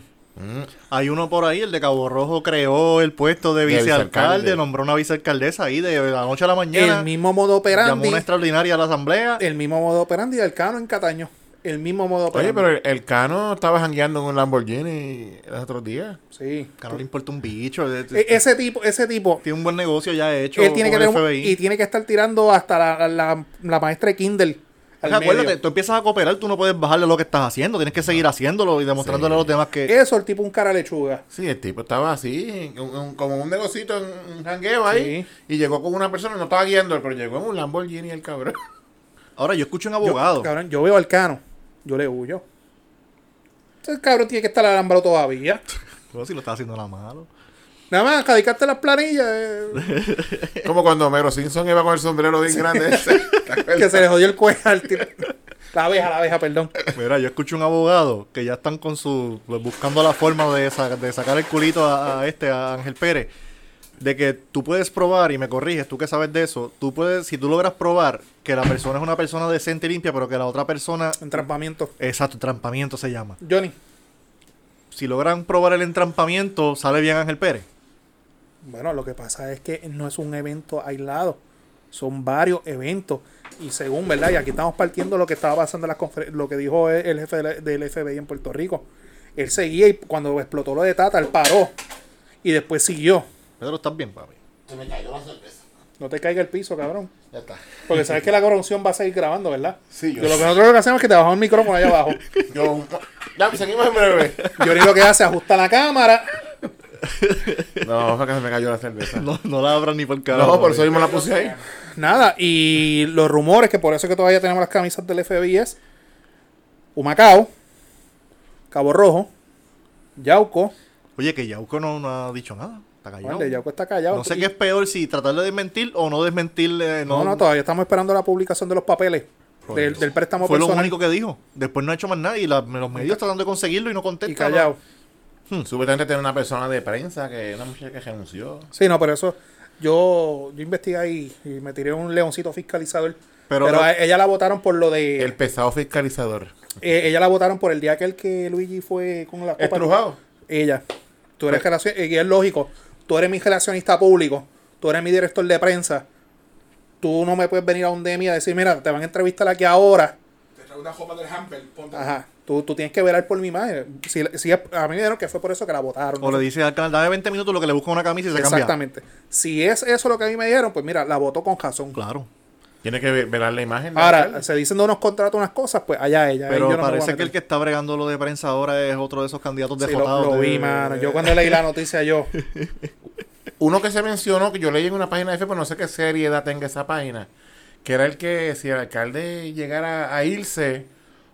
Hay uno por ahí, el de Cabo Rojo creó el puesto de
De vicealcalde.
vicealcalde, nombró una vicealcaldesa ahí de la noche a la mañana.
El mismo Eh, modo
llamó
operandi.
una extraordinaria a la asamblea.
El mismo modo operandi del Cano en Cataño. El mismo modo operandi.
Oye, pero el, el Cano estaba jangueando en un Lamborghini los otros días.
Sí.
Claro, le importa un bicho. de- de-
E- ese tipo, ese tipo.
tiene un buen negocio ya hecho.
Él tiene que
con
tener
el
un-
FBI.
y tiene que estar tirando hasta la, la- la maestra de Kindle. al
Ajá, Pues acuérdate,
medio.
tú empiezas a cooperar, tú no puedes bajarle lo que estás haciendo, tienes que seguir haciéndolo y demostrándole a los demás que
Eso, el tipo un cara lechuga.
Sí, el tipo estaba así, un- un- como un negocito en un jangueo ahí. Y llegó con una persona, no estaba guiando, pero llegó en un Lamborghini el cabrón.
Ahora, yo escucho un
Yo,
abogado.
cabrón, yo veo al Cano. Yo le huyo. Ese cabrón tiene que estar alambrado todavía.
Pero si lo está haciendo la malo.
Nada más, cadicarte las planillas. eh,
Como cuando Homero Simpson iba con el sombrero bien grande ese. ¿Te acuerdas?
que se le jodió el cuello al tipo. La abeja, la abeja, perdón.
Mira, yo escucho un abogado que ya están con su. pues, buscando la forma de, sa- de sacar el culito a, a este, a Ángel Pérez. De que tú puedes probar, y me corriges, tú que sabes de eso, tú puedes, si tú logras probar que la persona es una persona decente y limpia, pero que la otra persona.
Entrampamiento.
Exacto, trampamiento se llama.
Johnny.
Si logran probar el entrampamiento, sale bien Ángel Pérez.
Bueno, lo que pasa es que no es un evento aislado, son varios eventos. Y según, ¿verdad? Y aquí estamos partiendo lo que estaba pasando en las confer- lo que dijo el el jefe de la- del FBI en Puerto Rico. Él seguía y cuando explotó lo de Tata, él paró y después siguió.
Pedro, estás bien, papi.
Se me cayó la cerveza.
No te caiga el piso, cabrón.
Ya está.
Porque sabes que la corrupción va a seguir grabando, ¿verdad?
Sí, yo
Yo lo que
sé.
nosotros lo que hacemos es que te bajamos el micrófono allá abajo.
Yo, ya, seguimos en breve.
Johnny lo que hace es ajusta la cámara.
No, fue que se me cayó la cerveza.
No, no la abran ni por
No,
carajo.
por
papi.
eso mismo la puse ahí.
Nada, y los rumores, que por eso es que todavía tenemos las camisas del FBI es Humacao, Cabo Rojo, Yauco.
Oye, que Yauco no, no ha dicho nada. Está callado.
Bueno, el de Yauco está callado.
No sé
Y-
qué es peor, si tratar de desmentir o no desmentirle.
No, no, todavía estamos esperando la publicación de los papeles del, del préstamo
Fue lo
personal
único que dijo. Después no ha hecho más nada y la- los medios tratando de conseguirlo y no contesta.
y callado.
Supuestamente tiene una persona de prensa, que una muchacha que renunció.
Sí, no, pero eso yo, yo investigué ahí y me tiré un leoncito fiscalizador. Pero,
Pero no-
a ella la votaron por lo de.
El pesado fiscalizador.
eh, ella la votaron por el día aquel que Luigi fue con la copa.
Estrujado.
Ella. Tú eres
Pues-
relacion- eh, y es lógico. Tú eres mi relacionista público. Tú eres mi director de prensa. Tú no me puedes venir a un DMI a decir, mira, te van a entrevistar aquí ahora.
Te trae una copa del Hamper, ponte.
Ajá. Tú, tú tienes que velar por mi imagen. Si, si es- a mí me dijeron que fue por eso que la votaron.
O le dice al canal, dame 20 minutos lo que le busca una camisa y se cambia.
Exactamente. Si es eso lo que a mí me dijeron, pues mira, la votó con razón.
Claro.
Tiene que ve- velar la imagen. de
Ahora,
alcalde.
se dicen de unos contratos, unas cosas, pues allá ella. ahí
Pero
yo no me voy a
parece que
meter.
el que está bregando lo de prensa ahora es otro de esos candidatos
Sí, lo,
derrotados.
lo
de-
vi, mano. Yo cuando leí la noticia, yo.
uno que se mencionó, que yo leí en una página de Facebook, no sé qué seriedad tenga esa página, que era el que si el alcalde llegara a irse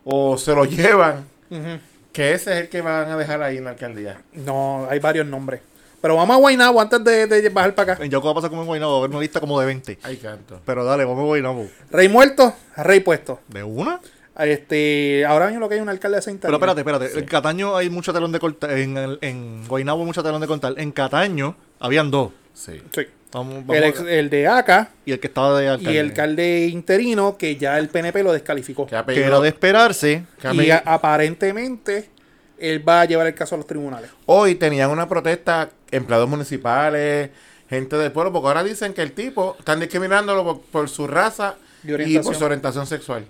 o se lo llevan,
Ujú.
que ese es el que van a dejar ahí en la alcaldía.
No, hay varios nombres. Pero vamos a Guaynabo antes de, de bajar para acá.
En Yauco va a pasar como en Guaynabo, va a haber una lista como de 20.
Ay, canto.
Pero dale, vamos a Guaynabo.
Rey muerto, rey puesto.
¿De una?
Este, ahora mismo lo que hay es un alcalde de Santa
Pero espérate, espérate. En Cataño hay mucha telón de cortar. En, el- en Guaynabo hay mucha telón de cortar. En Cataño habían dos.
Sí.
Sí.
Vamos- vamos
El,
a-
ex- el de ACA
y el que estaba de
y
alcalde.
el alcalde interino que ya el PNP lo descalificó.
Que ha
que era
pedido-
de esperarse.
que ha
Y
pedido-
a- aparentemente él va a llevar el caso a los tribunales.
Hoy tenían una protesta empleados municipales, gente del pueblo, porque ahora dicen que el tipo están discriminándolo por, por su raza
Y
y
orientación.
por su orientación sexual.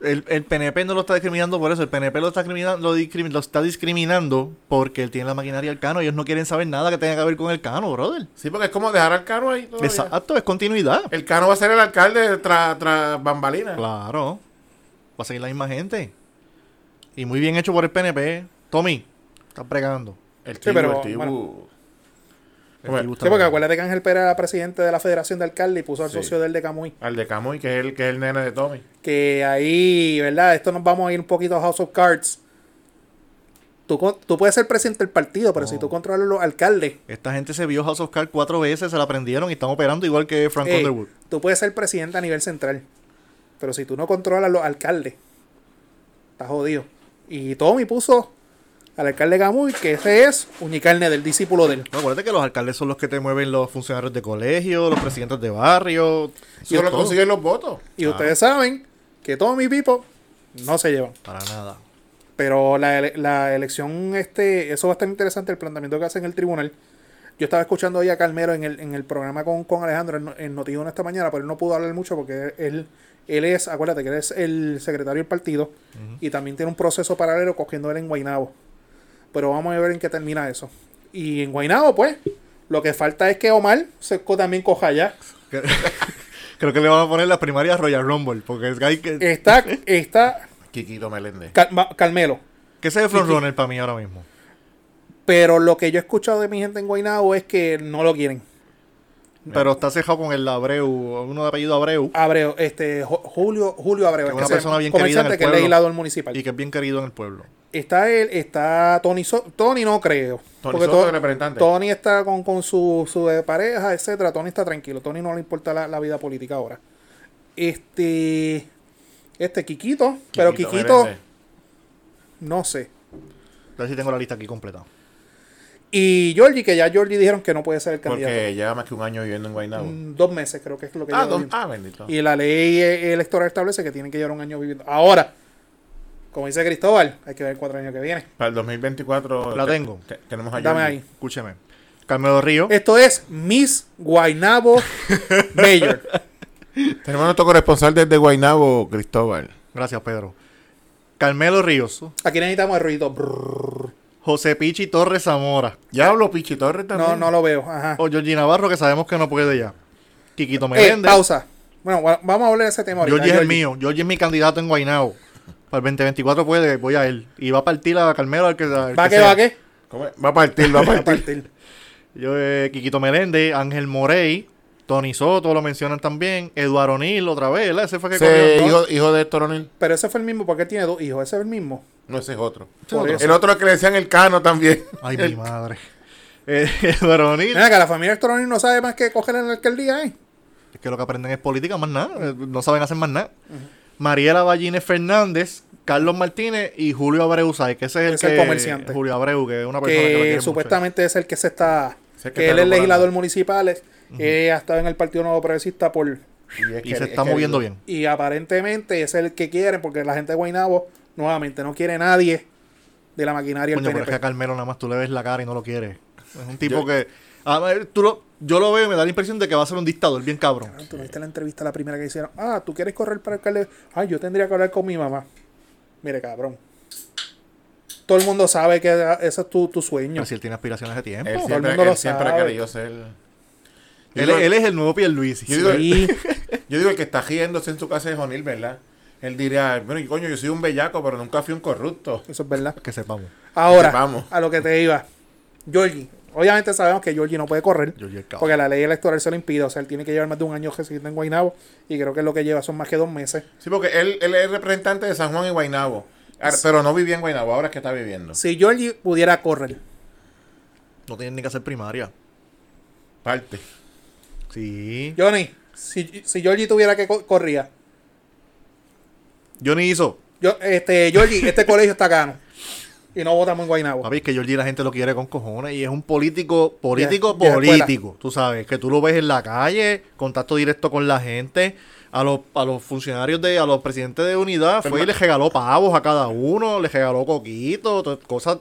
El, el PNP no lo está discriminando por eso. El PNP lo está, discriminando, lo, discrimi- lo está discriminando porque él tiene la maquinaria del cano. Ellos no quieren saber nada que tenga que ver con el cano, brother.
Sí, porque es como dejar al cano ahí. todavía.
Exacto, es continuidad.
El cano va a ser el alcalde tras tra bambalina.
Claro. Va a seguir la misma gente. Y muy bien hecho por el PNP. Tommy, estás pregando.
El
Sí,
tibu,
pero,
el tibu.
El
Hombre,
tibu está
Sí, porque
bueno.
acuérdate que Ángel Pérez era presidente de la Federación de Alcaldes y puso al
Sí.
socio del de Camuy.
Al de Camuy, que es el, que es el nene de Tommy.
Que ahí, ¿verdad? Esto nos vamos a ir un poquito a House of Cards. Tú, con- tú puedes ser presidente del partido, pero si tú controlas los alcaldes,
Esta gente se vio House of Cards cuatro veces, se la prendieron y están operando igual que Frank
Ey,
Underwood.
Eh, tú puedes ser presidente a nivel central, pero si tú no controlas los alcaldes, estás jodido. Y Tommy puso al alcalde Gamuy que ese es unicarne del discípulo de él.
No, acuérdate que los alcaldes son los que te mueven los funcionarios de colegio, los presidentes de barrio. eso es
Solo
todo.
consiguen los votos.
Y ustedes saben que Tommy y Pipo no se llevan.
Para nada.
Pero la, ele- la elección, este, eso va a estar interesante, el planteamiento que hace en el tribunal. Yo estaba escuchando hoy a Calmero en el, en el programa con, con Alejandro en, No- en Noti Uno esta mañana, pero él no pudo hablar mucho porque él, él es, acuérdate que él es el secretario del partido y también tiene un proceso paralelo cogiendo él en Guainabo. Pero vamos a ver en qué termina eso. Y en Guainabo, pues, lo que falta es que Omar se co- también coja allá.
Creo que le van a poner las primarias Royal Rumble, porque es que hay que...
Está, está
Quiquito Meléndez.
Calma- Carmelo.
Que ese es el frontrunner para mí ahora mismo.
Pero lo que yo he escuchado de mi gente en Guainabo es que no lo quieren.
Pero está cejado con el Abreu, uno de apellido Abreu,
Abreu, este, Jo- Julio, Julio Abreu, este
Que
es
una
se
persona
llama,
bien querida en el
comerciante que es
pueblo.
legislador municipal.
y que es bien querido en el pueblo.
Está él, está Tony, So- Tony no creo.
Tony
porque
Soto,
To-
el representante.
Tony está con, con su, su eh, pareja, etcétera. Tony está tranquilo. Tony no le importa la, la vida política ahora. Este, este Kikito, pero Kikito,
Meléndez.
no sé.
A ver si tengo la lista aquí completa.
Y Georgie, que ya Georgie dijeron que no puede ser el candidato.
Porque lleva más que un año viviendo en Guaynabo.
Mm, Dos meses creo que es lo que
ah,
lleva
don-
bien.
ah, bendito.
Y la ley eh, electoral establece que tienen que llevar un año viviendo. Ahora, como dice Cristóbal, hay que ver cuatro años que viene.
Para el 2024.
La
te-
tengo.
te- tenemos a
Dame
Jordi.
ahí.
Escúcheme. Carmelo Río.
Esto es Miss Guaynabo Mayor.
Tenemos a nuestro corresponsal desde Guaynabo, Cristóbal.
Gracias, Pedro. Carmelo Ríos.
Aquí necesitamos el ruido. brrrr.
José Pichi Torres Zamora.
Ya hablo Pichi Torres
No,
también.
no lo veo. Ajá.
O Georgie Navarro, que sabemos que no puede ya. Quiquito
Eh,
Meléndez.
pausa. Bueno, wa- vamos a hablar de ese tema ahorita.
Georgie es el
Georgie.
mío. Georgie es mi candidato en Guaynao. Para el 2024 puede, voy a él. Y va a partir a Carmelo al que. al
¿Va
que
que
sea.
va que?
¿Cómo es? Va a partir, va a
Va a
partir.
partir.
Yo, eh, Quiquito Meléndez, Ángel Morey, Tony Soto lo mencionan también. Eduardo O'Neill otra vez, ¿verdad? Ese fue que
Ese
corrió, ¿no?
hijo, hijo de Héctor O'Neill.
Pero ese fue el mismo porque él tiene dos hijos. Ese es el mismo.
No, ese es otro.
Por
Otro.
eso.
El otro es que le decían el cano también.
Ay, mi madre. Eh, Eduardo O'Neill.
Mira que la familia Estoroni no sabe más que coger en la alcaldía, ¿eh?
Es que lo que aprenden es política, más nada. eh, No saben hacer más nada. Mariela Ballines Fernández, Carlos Martínez y Julio Abreu Sáez, que ese es el,
Es
que,
el comerciante.
Julio Abreu, que es una persona pues, que, lo
Que
quiere
supuestamente es el que se está.
Ese
Que él
que está
es
logrando.
legislador municipal. es- eh, ha estado en el Partido Nuevo Progresista por.
es
mucho. Y
que-
se
es
está
que-
moviendo bien.
Y aparentemente es el que quieren porque la gente de Guaynabo nuevamente no quiere nadie de la maquinaria del
Coño, pero es que a
PNP.
Carmelo nada más tú le ves la cara y no lo quieres. Es un tipo
Yo-
que... a ver, tú lo- yo lo veo y me da la impresión de que va a ser un dictador bien cabrón.
Tú no viste la entrevista la primera que hicieron. Ah, tú quieres correr para alcalde. Ah, yo tendría que hablar con mi mamá. Mire, cabrón. Todo el mundo sabe que ese es tu, tu sueño.
Pero si él tiene aspiraciones de tiempo.
Él
el
siempre,
mundo lo
él siempre ha
sabe.
querido ser. Yo
Él,
digo-
él es el nuevo Pierluisi.
Yo digo-
Sí.
Yo digo, el que está riéndose en su casa es O'Neill, ¿verdad? Él diría, bueno, y coño, yo soy un bellaco, pero nunca fui un corrupto.
Eso es verdad.
Que sepamos.
Ahora,
Vamos.
a lo que te iba. Georgie. Obviamente sabemos que Georgie no puede correr.
Georgie es cabrón.
Porque la ley electoral se lo impide. O sea, él tiene que llevar más de un año residiendo en Guaynabo. Y creo que lo que lleva son más que dos meses.
Sí, porque él, él es representante de San Juan y Guaynabo. Ah, Pero no vivía en Guaynabo, ahora es que está viviendo.
Si Georgie pudiera correr.
No tienen ni que hacer primaria.
Parte.
Sí.
Johnny, si, si Georgie tuviera que co- corría.
Yo ni hizo.
Yo, este, Georgie, este colegio está cano. Y no votamos en Guaynabo.
Papi, es que Georgie la gente lo quiere con cojones y es un político, político,
Vieja- vieja escuela.
político. Tú sabes, que tú lo ves en la calle, contacto directo con la gente, a los, a los funcionarios de, a los presidentes de unidad,
Pero
fue y
ma-
les regaló pavos a cada uno, les regaló coquitos, to- cosas.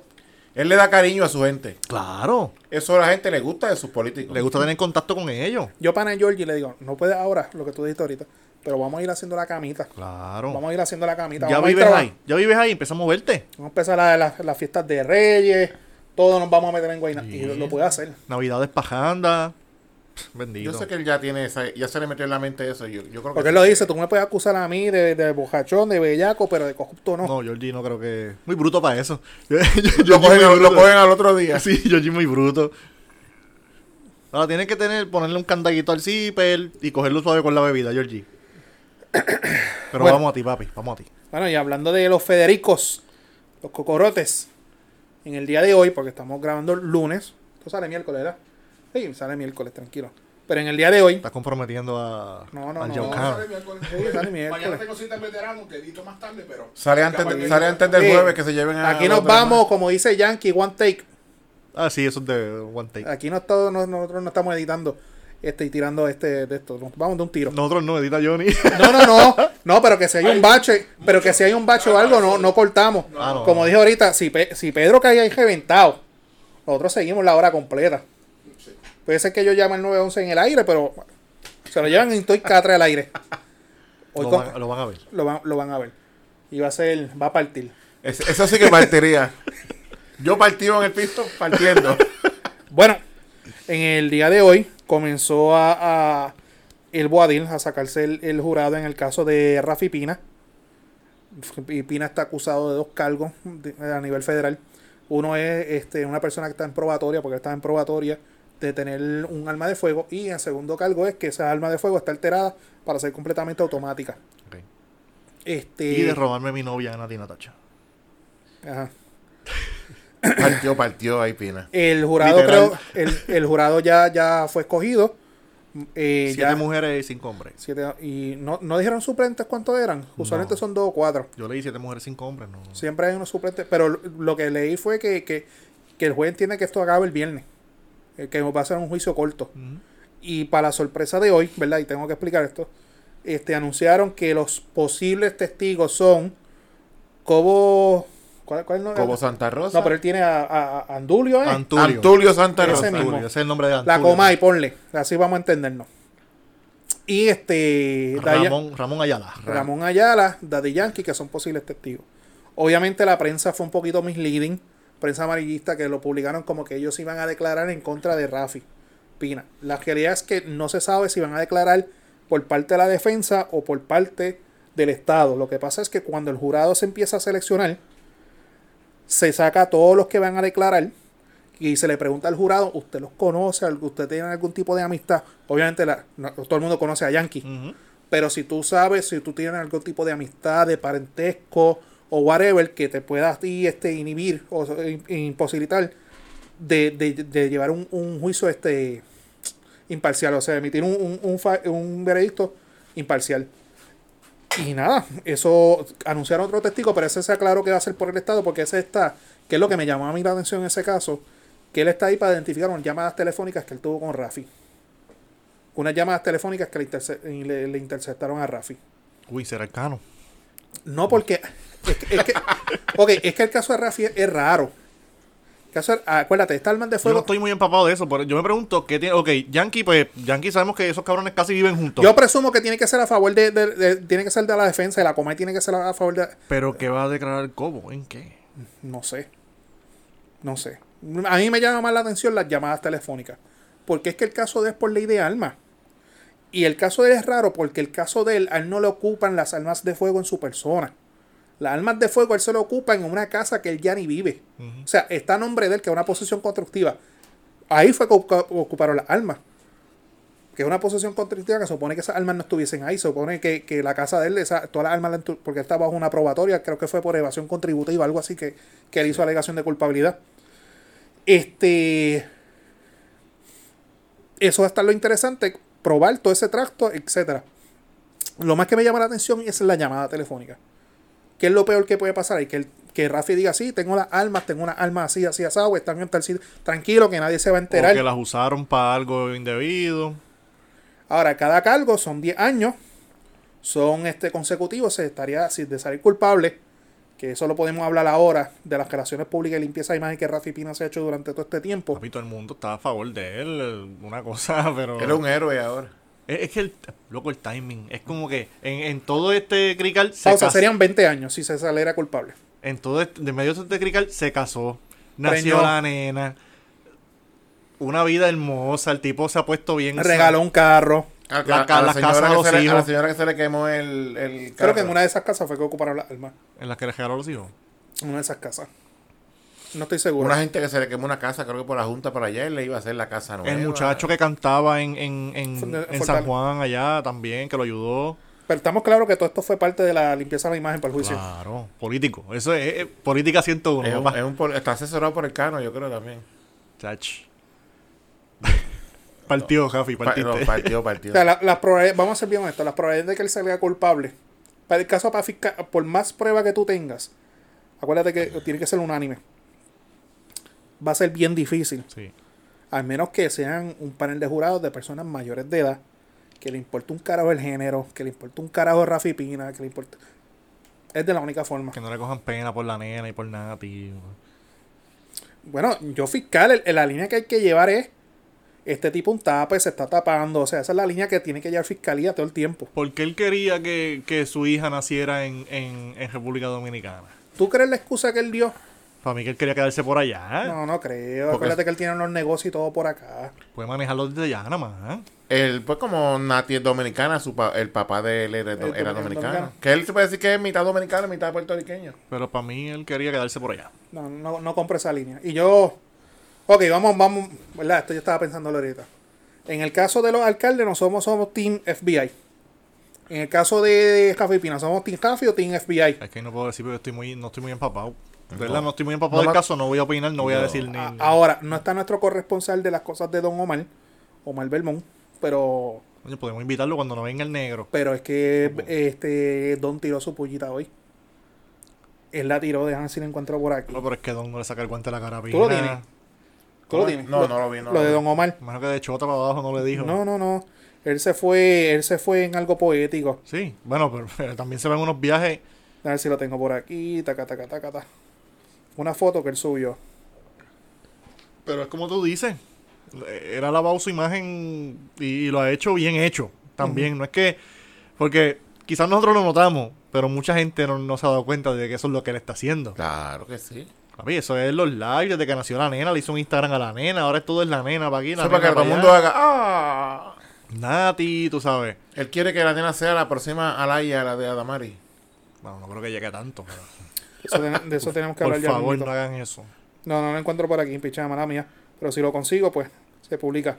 Él le da cariño a su gente.
Claro,
Eso a la gente le gusta de sus políticos.
le gusta tener contacto con ellos.
Yo para Georgie le digo, no puedes ahora lo que tú dijiste ahorita, pero vamos a ir haciendo la camita. Vamos
Claro.
a ir haciendo la camita.
Oh. Ya
vamos a ir
vives
trabajando.
ahí, ya vives ahí, empieza a moverte.
Vamos a empezar la- la- las fiestas de Reyes, todos nos vamos a meter en Guaynabo. Y lo, lo puede hacer.
Navidades pajanda. Bendito.
yo sé que él ya tiene esa, ya se le metió en la mente eso. Yo, yo creo
Porque
que
él lo dice, tú me puedes acusar a mí de, de bojachón, de bellaco, pero de corrupto no.
No, Georgie no creo que... Muy bruto para eso.
Lo
Georgie
cogen,
muy
al- lo
bruto.
cogen al otro día.
Sí, Georgie muy bruto. Ahora tienes que tener, ponerle un candadito al zipper y cogerlo suave con la bebida, Georgie. Pero
Bueno.
vamos a ti, papi, vamos a ti.
Bueno, y hablando de los Federicos, los cocorotes, en el día de hoy, porque estamos grabando el lunes, esto sale miércoles, ¿verdad? Sí, sale miércoles, tranquilo. Pero en el día de hoy,
Estás comprometiendo a,
No, no, no.
al
No,
Yaucano.
sale miércoles.
Sí, sale miércoles.
Mañana tengo cita en veterano, que edito más tarde, pero.
Sale antes,
Capaz
de-
que-
sale antes del
Sí.
jueves que se lleven a.
eh, aquí
al
nos
otro
vamos, como dice Yankee, one take.
Ah, sí, eso es de One Take.
Aquí no, está- no- nosotros no estamos editando. este, y tirando este de esto. Nos Vamos de un tiro.
Nosotros no, edita Johnny.
No, no, no. No, pero que si hay un bache, pero que si hay un bache o algo, no, no cortamos.
Ah, no.
Como dije ahorita, si, Pe- si Pedro cae ahí reventado, nosotros seguimos la hora completa. Puede ser que yo llame el 911 en el aire, pero se lo llevan en Toy Catre al aire. Hoy
Lo
con-
van, lo van a ver.
lo, van, lo van a ver. Y va a ser, va a partir.
Es- eso sí que partiría. Yo partido en el piso partiendo.
Bueno, en el día de hoy comenzó a, a- el Boadil a sacarse el, el jurado en el caso de Rafi Pina. Y Pina está acusado de dos cargos de- a nivel federal. Uno es este, una persona que está en probatoria, porque está en probatoria, de tener un arma de fuego. Y el segundo cargo es que esa arma de fuego está alterada para ser completamente automática.
Ok.
Este,
Y de robarme a mi novia, Nati Natacha.
ajá.
Partió, partió ahí, Pina.
El jurado,
Literal.
creo, el, el jurado ya, ya fue escogido. Eh,
Siete
ya-
mujeres y cinco hombres.
Siete- y no, no dijeron suplentes cuántos eran. Usualmente
No.
son dos o cuatro.
Yo leí siete mujeres, cinco hombres. No.
Siempre hay unos suplentes. Pero lo- lo que leí fue que, que, que el juez entiende que esto acaba el viernes. eh, Que va a ser un juicio corto.
Ujú.
Y para la sorpresa de hoy, ¿verdad? Y tengo que explicar esto. Este, anunciaron que los posibles testigos son Cobo. ¿Cuál, cuál no?
Como Santa Rosa.
No, pero él tiene a, a- a Andulio. ¿eh?
Antulio.
Antulio Santa
Ese
Rosa.
mismo.
Antulio, Ese es el nombre de Antulio.
la coma y ponle. Así vamos a entendernos. Y este. Daya-
Ramón, Ramón Ayala.
Ramón Ayala, Daddy Yankee, que son posibles testigos. Obviamente la prensa fue un poquito misleading, prensa amarillista, que lo publicaron como que ellos iban a declarar en contra de Rafi Pina. La realidad es que no se sabe si van a declarar por parte de la defensa o por parte del Estado. Lo que pasa es que cuando el jurado se empieza a seleccionar, se saca a todos los que van a declarar y se le pregunta al jurado, ¿usted los conoce? ¿Usted tiene algún tipo de amistad? Obviamente la- no- todo el mundo conoce a Yankee.
Ujú.
Pero si tú sabes, si tú tienes algún tipo de amistad, de parentesco o whatever que te pueda a ti este, inhibir o eh, imposibilitar de, de- de llevar un, un juicio este imparcial, o sea, emitir un, un, un fa- un veredicto imparcial. Y nada, eso anunciaron otro testigo, pero ese se aclaró que va a ser por el Estado, porque ese está, que es lo que me llamó a mí la atención en ese caso, que él está ahí para identificar unas llamadas telefónicas que él tuvo con Rafi. Unas llamadas telefónicas que le, interce- y le- le interceptaron a Rafi.
Uy, será el cano.
No, porque. Es que, es que- ok, es que el caso de Rafi es, es raro. El caso de- acuérdate, esta arma de
Yo no
fuego.
estoy muy empapado de eso, pero yo me pregunto qué tiene. Ok, Yankee, pues Yankee sabemos que esos cabrones casi viven juntos.
Yo presumo que tiene que ser a favor de, de- de- tiene que ser de la defensa de la coma y tiene que ser a favor de
Pero ¿qué va a declarar Cobo? ¿En qué?
no sé. No sé. A mí me llama más la atención las llamadas telefónicas, porque es que el caso de él es por ley de alma. Y el caso de él es raro porque el caso de él, a él no le ocupan las armas de fuego en su persona. Las armas de fuego a él se lo ocupan en una casa que él ya ni vive. O sea, está a nombre de él, que es una posesión constructiva. Ahí fue que ocu- ocuparon las armas. Que es una posesión constructiva que se supone que esas armas no estuviesen ahí. Se supone que, que la casa de él, esa- todas las armas, la entu- porque él está bajo una probatoria, creo que fue por evasión contributiva, algo así, que, que él hizo alegación de culpabilidad. Este. Eso va a estar lo interesante, probar todo ese tracto, etcétera. Lo más que me llama la atención es la llamada telefónica. ¿Qué es lo peor que puede pasar? Y que, el- que Rafi diga, sí, tengo las armas, tengo unas armas así, así, asado, están en tal sitio. Tranquilo, que nadie se va a enterar.
O que las usaron para algo indebido.
Ahora, cada cargo son 10 años. Son este consecutivos. Se estaría si de salir culpable. Que eso lo podemos hablar ahora. De las relaciones públicas y limpieza de imagen que Rafi Pina se ha hecho durante todo este tiempo.
Papi, todo el mundo está a favor de él. eh, Una cosa, pero.
Era un héroe ahora.
Es, es que el. Loco, el timing. Es como que en, en todo este crical. Se
o sea,
cas-
serían 20 años si se saliera culpable.
En todo este. De medio de este crical se casó. Nació
Preñó.
la nena. Una vida hermosa. El tipo se ha puesto bien.
Regaló un carro.
A,
La
a-
ca-
a
la
señora
casa a
que
los
se le- a la
hijos.
señora que se le quemó el, el
Creo
carro.
que en una de esas casas fue que ocuparon las armas.
En las que le regaló los hijos.
En una de esas casas. No estoy seguro.
Una gente que se le quemó una casa, creo que por la junta para allá, él le iba a hacer la casa nueva.
El muchacho que cantaba en, en, en-
Fue-
en
fue
San
tal.
Juan allá también, que lo ayudó.
Pero estamos claros que todo esto fue parte de la limpieza de la imagen para el juicio.
Claro, político. Eso es, es política 101.
Es un-
papá.
es un pol- está asesorado por el cano, yo creo también.
Chach. partió, Jafi,
Pa- no,
partiste.
partió,
O
partió.
sea, la- las probabilidades- vamos a ser bien honestos, las probabilidades de que él salga culpable, para el caso para fisca- por más prueba que tú tengas, acuérdate que tiene que ser unánime, va a ser bien difícil.
Sí.
al menos que sean un panel de jurados de personas mayores de edad, que le importa un carajo el género, que le importa un carajo Rafi Pina, que le importa... Es de la única forma.
Que no le cojan pena por la nena y por nada, tío.
Bueno, yo fiscal, el- el- la línea que hay que llevar es, este tipo un tape, se está tapando, o sea, esa es la línea que tiene que llevar fiscalía todo el tiempo.
Porque él quería que, que su hija naciera en, en, en República Dominicana.
¿Tú crees la excusa que él dio?
Para mí que él quería quedarse por allá.
No, no creo.
Porque-
Acuérdate que él tiene unos negocios y todo por acá.
Puede manejarlo desde allá nada más. ¿eh?
El, pues como Nati es dominicana, su pa- el papá de él era,
El
era
dominicano.
dominicano. Que él se puede decir que es mitad dominicano, mitad puertorriqueño.
Pero para mí él quería quedarse por allá.
No, no, no compro esa línea. Y yo, ok, vamos, vamos, ¿verdad? Esto yo estaba pensando ahorita. En el caso de los alcaldes, no somos, somos Team FBI. En el caso de Rafi Pina, ¿somos Team Rafi o Team FBI?
Es que no puedo decir porque estoy muy, no estoy muy empapado. De verdad, no estoy muy
No
empapado del
me-
caso. No voy a opinar, no voy a
No.
decir ni...
A- ahora, no está nuestro corresponsal de las cosas de Don Omar, Omar Belmont, pero,
Coño, podemos invitarlo cuando no venga el negro.
pero es que este Don tiró su pullita hoy. Él la tiró, déjame si la encuentro por aquí.
No, pero es que Don no le saca el guante a la cara.
Tú lo tienes. ¿Tú lo tienes?
No, no lo vi, no
Lo
lo
de
vi.
Don Omar.
Menos que de chota para abajo no le dijo.
No, no, no. Él se fue, él se fue en algo poético.
Sí, bueno, pero, pero también se ven unos viajes.
A ver si lo tengo por aquí. Taca, taca, taca, taca. Una foto que él subió.
Pero es como tú dices. Él ha lavado su imagen y, y lo ha hecho bien hecho. También, no es que. Porque quizás nosotros lo notamos, pero mucha gente no, no se ha dado cuenta de que eso es lo que él está haciendo.
Claro que sí.
Papi, eso es los lives desde que nació la nena, le hizo un Instagram a la nena, ahora todo es la nena para aquí, la
Eso para que
nena
todo
pa'
el
allá.
mundo haga. "Ah".
Nati, tú sabes.
Él quiere que la nena sea la próxima Alaya, la de Adamari.
Bueno, no creo que llegue a tanto. pero,
Eso ten- de eso tenemos que
por
hablar ya.
favor,
mismito.
no hagan eso.
No, no lo encuentro por aquí, pichada mala mía. Pero si lo consigo, pues se publica.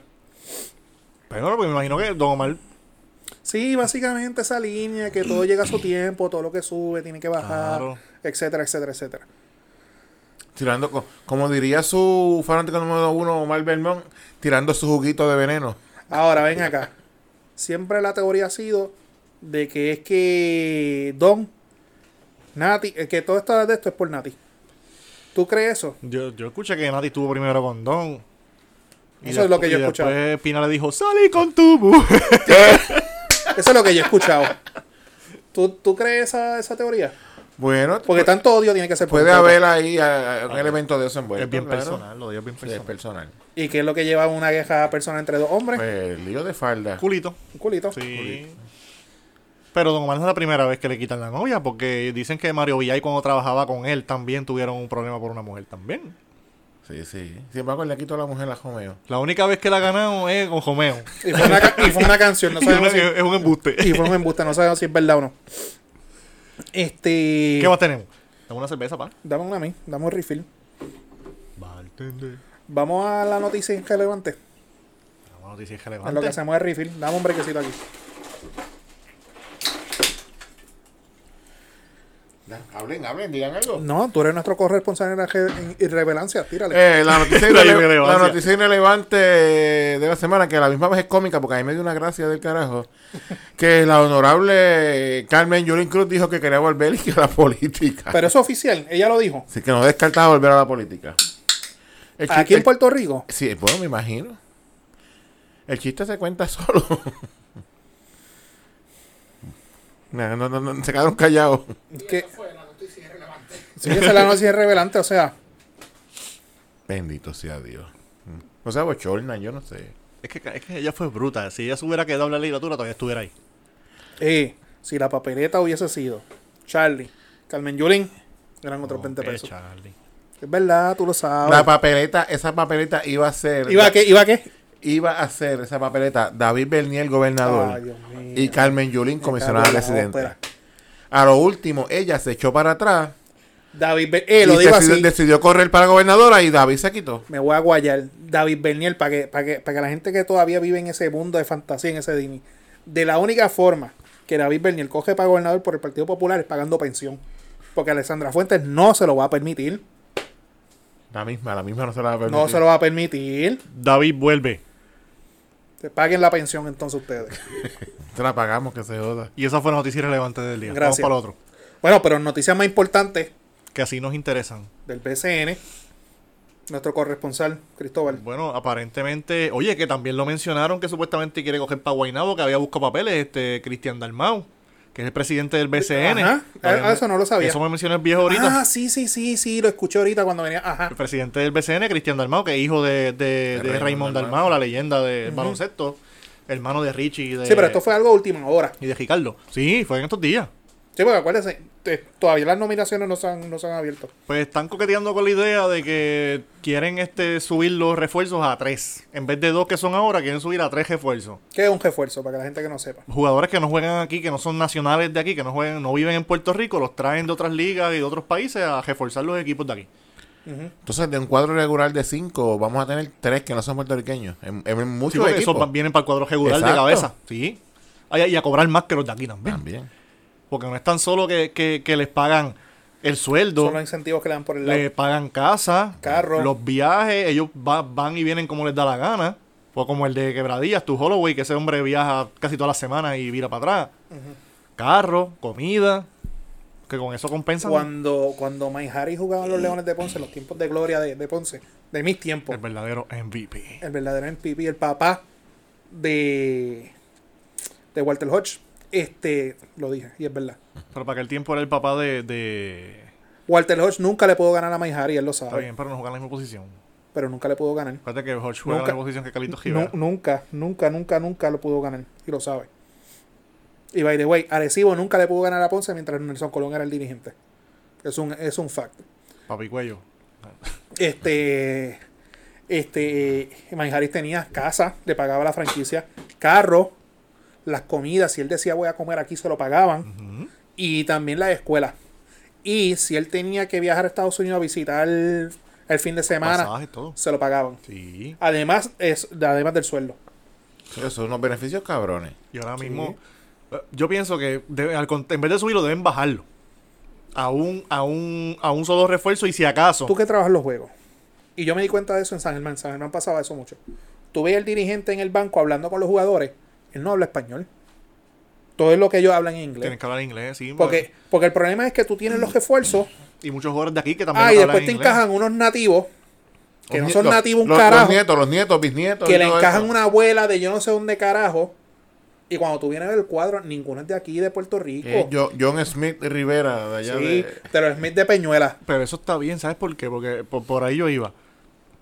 Pero porque me imagino que Don Omar
Sí, básicamente esa línea que todo llega a su tiempo, todo lo que sube tiene que bajar,
Claro.
etcétera, etcétera, etcétera.
Tirando, co- como diría su fanático número uno, Omar Belmont, tirando su juguito de veneno.
Ahora, ven acá. Siempre la teoría ha sido de que es que Don, Nati, eh, que todo esto de esto es por Nati. ¿Tú crees eso?
Yo, yo escuché que Nati estuvo primero con Don.
Eso es lo que yo he
escuchaba. Después Pina le dijo, salí con tu mujer.
Eso es lo que yo he escuchado. ¿Tú, tú crees esa, esa teoría?
Bueno,
Porque tanto odio tiene que ser por
Pues- puede
todo.
haber ahí ah, ah, un elemento de eso envuelto.
Es bien
claro.
personal, lo de ellos es bien
Sí, es
personal.
personal.
¿Y qué es lo que lleva una guerra personal entre dos hombres?
Pues, el lío de falda.
Culito.
Un culito.
Sí. Pero Don Omar no es la primera vez que le quitan la novia, porque dicen que Mario Villay cuando trabajaba con él también tuvieron un problema por una mujer también.
Sí, sí. Sin embargo, le quito a la mujer la jomeo.
La única vez que la ganaron es con Romeo.
Y fue una, ca- y fue una canción, no sabemos si,
es, un embuste.
eh, y fue un embuste, no sabemos si es verdad o no. Este.
¿Qué más tenemos? Tenemos una cerveza, pa.
Dame una a mí, dame un refill.
Bartender.
Vamos a la noticia irrelevante.
Una noticia
En lo que
relevante.
hacemos es refill. Dame un brequecito aquí.
Hablen, hablen, digan algo.
No, tú eres nuestro corresponsal en la re- en irrevelancia, tírale.
Eh, la, noticia
La
irrele- la
irrelevancia.
noticia irrelevante de la semana, que a la misma vez es cómica, porque a mí me dio una gracia del carajo, que la honorable Carmen Yulín Cruz dijo que quería volver y que a la política.
Pero eso es oficial, ella lo dijo.
Así que no descartaba volver a la política. El chiste-
Aquí en Puerto Rico.
Sí, bueno, me imagino. El chiste se cuenta solo. no, no, no, no, se quedaron callados.
Que,
Esa fue la noticia irrelevante.
sí, esa es la noticia irrevelante, o sea.
Bendito sea Dios. Mm. O sea, bochorna, yo no sé.
Es que, es que ella fue bruta. Si ella se hubiera quedado en la legislatura, todavía estuviera ahí.
Eh, si la papeleta hubiese sido Charlie, Carmen Yulín, eran otros
No,
20
eh,
pesos.
Charlie.
Es verdad, tú lo
La
sabes.
papeleta, esa papeleta iba a ser.
¿Iba a qué? ¿Iba a qué?
iba a ser esa papeleta David Bernier,
Ay,
gobernador,
Dios mío.
Ah, y Carmen Yulín, comisionada
cago en la
residente.
ópera.
A lo último, ella se echó para atrás
David Ber- eh, lo
y
digo
decidió,
así.
decidió correr para gobernadora y David se quitó.
Me voy a guayar. David Bernier, para que, para que, para que la gente que todavía vive en ese mundo de fantasía, en ese Dini, de la única forma que David Bernier coge para gobernador por el Partido Popular es pagando pensión. Porque Alessandra Fuentes no se lo va a permitir.
La misma, la misma no se la va a permitir.
No se lo va a permitir.
David vuelve.
Se paguen la pensión entonces ustedes.
Se la pagamos, que se joda.
Y esa fue la noticia relevante del día.
Gracias.
Vamos para el otro.
Bueno, pero noticias más importantes
Que así nos interesan.
del BCN. nuestro corresponsal, Cristóbal.
Bueno, aparentemente, oye, que también lo mencionaron que supuestamente quiere coger para Guaynabo, que había buscado papeles, este Cristian Dalmau, que es el presidente del BCN.
Ajá. Ah,
Habían-
eso no lo sabía.
Eso me mencionó el viejo ahorita.
Ah, sí, sí, sí, sí, lo escuché ahorita cuando venía. Ajá.
El presidente del BCN, Cristian Dalmau, que es hijo de, de- de
Raymond
Raymond
Dalmau.
Dalmau, la leyenda del baloncesto, hermano de Richie y de,
Sí, pero esto fue algo a última hora.
y de Ricardo. Sí, fue en estos días.
Sí, porque acuérdense, te- todavía las nominaciones no se han, no se han abierto.
Pues están coqueteando con la idea de que quieren este subir los refuerzos a tres. En vez de dos que son ahora, quieren subir a tres refuerzos.
Que es un refuerzo para que la gente que no sepa.
Jugadores que no juegan aquí, que no son nacionales de aquí, que no juegan, no viven en Puerto Rico, los traen de otras ligas y de otros países a reforzar los equipos de aquí.
Entonces, de un cuadro regular de cinco, vamos a tener tres que no son puertorriqueños. En, en
Sí,
muchos
porque
equipos.
esos van- vienen para el cuadro regular de
Exacto.
cabeza. Sí. Ay, ay, Y a cobrar más que los de aquí también.
También.
Porque no es tan solo que, que- que les pagan el sueldo,
Son los incentivos que le dan por el lado.
le pagan casa,
Carro.
los viajes, ellos va- van y vienen como les da la gana. Fue como el de Quebradillas, tu Holloway, que ese hombre viaja casi todas las semanas y vira para atrás. Carro, comida, que con eso compensan.
Cuando, cuando Mike Harris jugaba en los Leones de Ponce, en los tiempos de gloria de, de Ponce, de mis tiempos,
El verdadero MVP.
el verdadero MVP, el papá de, de Walter Hodge, este, lo dije, y es verdad.
Pero para aquel tiempo era el papá de. de-
Walter Hodge nunca le pudo ganar a Mike Harris, él lo
Está
sabe,
bien, pero no juega en la misma posición.
pero nunca le pudo ganar.
Acuérdate que Hodge juega en
Nunca-
la misma posición que Carlitos
Nu-
Givera.
nunca, nunca, nunca, nunca lo pudo ganar. Y lo sabe. Y by the way, Arecibo nunca le pudo ganar a Ponce mientras Nelson Colón era el dirigente. Es un, es un fact.
Papi Cuello.
Este. Este. Manjaris tenía casa, le pagaba la franquicia, carro, las comidas. Si él decía voy a comer aquí, se lo pagaban. Y también las escuelas. Y si él tenía que viajar a Estados Unidos a visitar el, fin de semana,
Pasajes, todo.
se lo pagaban.
Sí.
Además, es, además del sueldo.
Esos son unos beneficios cabrones.
Y ahora mismo, eh, yo pienso que debe- al cont- en vez de subirlo, deben bajarlo. A un, a un, a un solo refuerzo y si acaso.
Tú que trabajas los juegos. Y yo me di cuenta de eso en San Germán. En San Germán pasaba eso mucho. Tú ves al dirigente en el banco hablando con los jugadores. Él no habla español. Todo es lo que ellos hablan en inglés.
Tienes que hablar inglés, sí. pues,
Porque, porque el problema es que tú tienes los refuerzos.
Y muchos jugadores de aquí que también
Ah, y
no hablan
después te
inglés.
encajan unos nativos. Que
Los
no
nie-
son
los-
nativos un
los- Los
carajo.
nietos, los nietos, bisnietos. y
Que le
todo
encajan
eso.
una abuela de yo no sé dónde carajo. Y cuando tú vienes a ver el cuadro, ninguno es de aquí, de Puerto Rico.
Eh, Jo- John Smith Rivera, de allá
sí,
de.
de los Smith de Peñuela.
Pero eso está bien, ¿sabes por qué? Porque por, por ahí yo iba.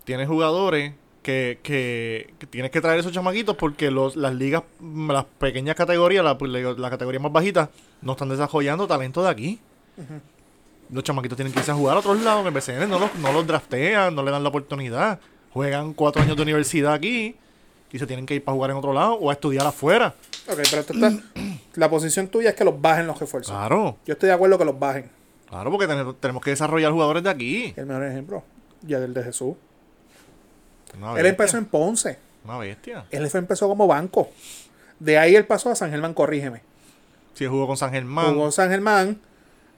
Tienes jugadores que, que, que tienes que traer esos chamaquitos porque los, las ligas, mm, las pequeñas categorías, la, pues, la categoría más bajita, no están desarrollando talento de aquí. Los chamaquitos tienen que irse a jugar a otros lados en el BCN, no los, no los draftean, no le dan la oportunidad. Juegan cuatro años de universidad aquí y se tienen que ir para jugar en otro lado o a estudiar afuera.
Ok, pero tú estás- la posición tuya es que los bajen los refuerzos.
Ah.
Claro,
Yo estoy de acuerdo que los bajen.
claro, porque ten- tenemos que desarrollar jugadores de aquí.
El mejor ejemplo, Yadiel de Jesús.
Una
Él
bestia,
empezó en Ponce.
Una bestia.
Él fue- empezó como banco. De ahí él pasó a San Germán, corrígeme.
Si jugó con San Germán.
Jugó en San Germán.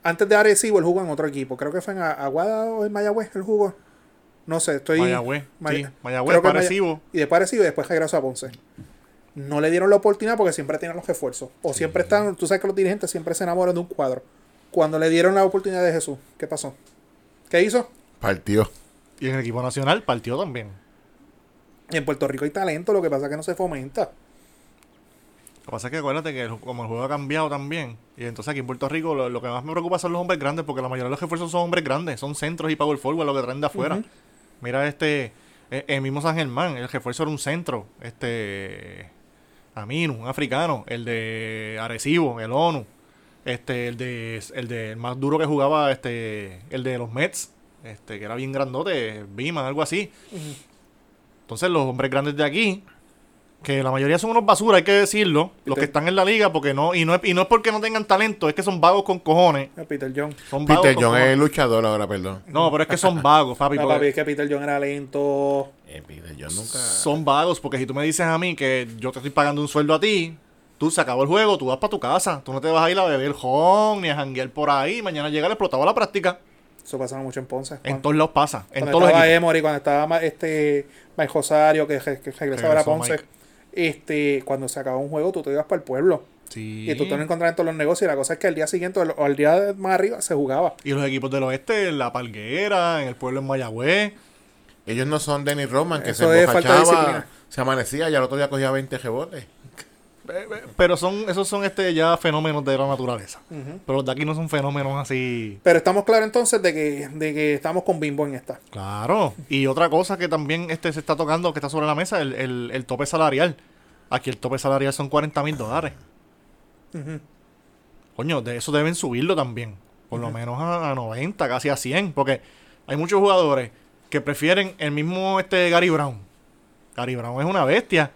Antes de Arecibo, él jugó en otro equipo. Creo que fue en A- Aguada o en Mayagüez. Él jugó. No sé, estoy.
Mayagüez, sí, Mayagüez,
creo que
para
Maya-
Arecibo.
Y después Arecibo y después regresó a Ponce. No le dieron la oportunidad porque siempre tienen los esfuerzos. O siempre están. Tú sabes que los dirigentes siempre se enamoran de un cuadro. Cuando le dieron la oportunidad de Jesús, ¿qué pasó? ¿Qué hizo?
Partió.
Y en el equipo nacional partió también.
En Puerto Rico hay talento, lo que pasa es que no se fomenta.
Lo que pasa es que acuérdate que el- como el juego ha cambiado también, y entonces aquí en Puerto Rico lo, lo que más me preocupa son los hombres grandes, porque la mayoría de los esfuerzos son hombres grandes, son centros y power forward lo que traen de afuera. Mira este, eh, el mismo San Germán, el refuerzo era un centro, este, Aminu, un africano, el de Arecibo, el ONU, este, el de, el de el más duro que jugaba, este, el de los Mets, este, que era bien grandote, Bima, algo así. Entonces los hombres grandes de aquí, que la mayoría son unos basura, hay que decirlo, los que están en la liga, porque no, y no es, y no es porque no tengan talento, es que son vagos con cojones.
A Peter John.
Son vagos
Peter
con
John es
cojones.
luchador ahora, perdón.
No, pero es que son vagos, papi.
No,
porque
Ah, papi, es que Peter John era lento.
Eh, Peter John nunca.
Son vagos, porque si tú me dices a mí que yo te estoy pagando un sueldo a ti, tú se acabó el juego, tú vas para tu casa, tú no te vas a ir a beber jón ni a janguear por ahí, mañana llega el explotado a la práctica.
Eso pasaba mucho en Ponce.
En
Cuando,
todos lados pasa, en
cuando
todos los
estaba
equipos.
Emory, cuando estaba ma- este Mike Rosario, que, re- que regresaba a
Regresó
Ponce.
Mike.
Este, cuando se acababa un juego, tú te ibas para el pueblo.
Sí.
Y tú te lo encontrabas en todos los negocios. Y la cosa es que al día siguiente o al- o al día más arriba se jugaba.
Y los equipos del oeste, en La Palguera, en el pueblo en Mayagüez.
Ellos no son Dennis Rodman, que
Eso
se
es falta de
embofachaba,
disciplina.
se amanecía y al otro día cogía 20 rebotes.
Pero son, esos son este ya fenómenos de la naturaleza. Pero los de aquí no son fenómenos así.
Pero estamos claros entonces de que, de que estamos con Bimbo en esta.
Claro. Y otra cosa que también este se está tocando, que está sobre la mesa, el, el- el tope salarial. Aquí el tope salarial son 40 mil dólares. Coño, de eso deben subirlo también. Por lo menos a, a 90, casi a 100. Porque hay muchos jugadores que prefieren el mismo este Gary Brown. Gary Brown es una bestia.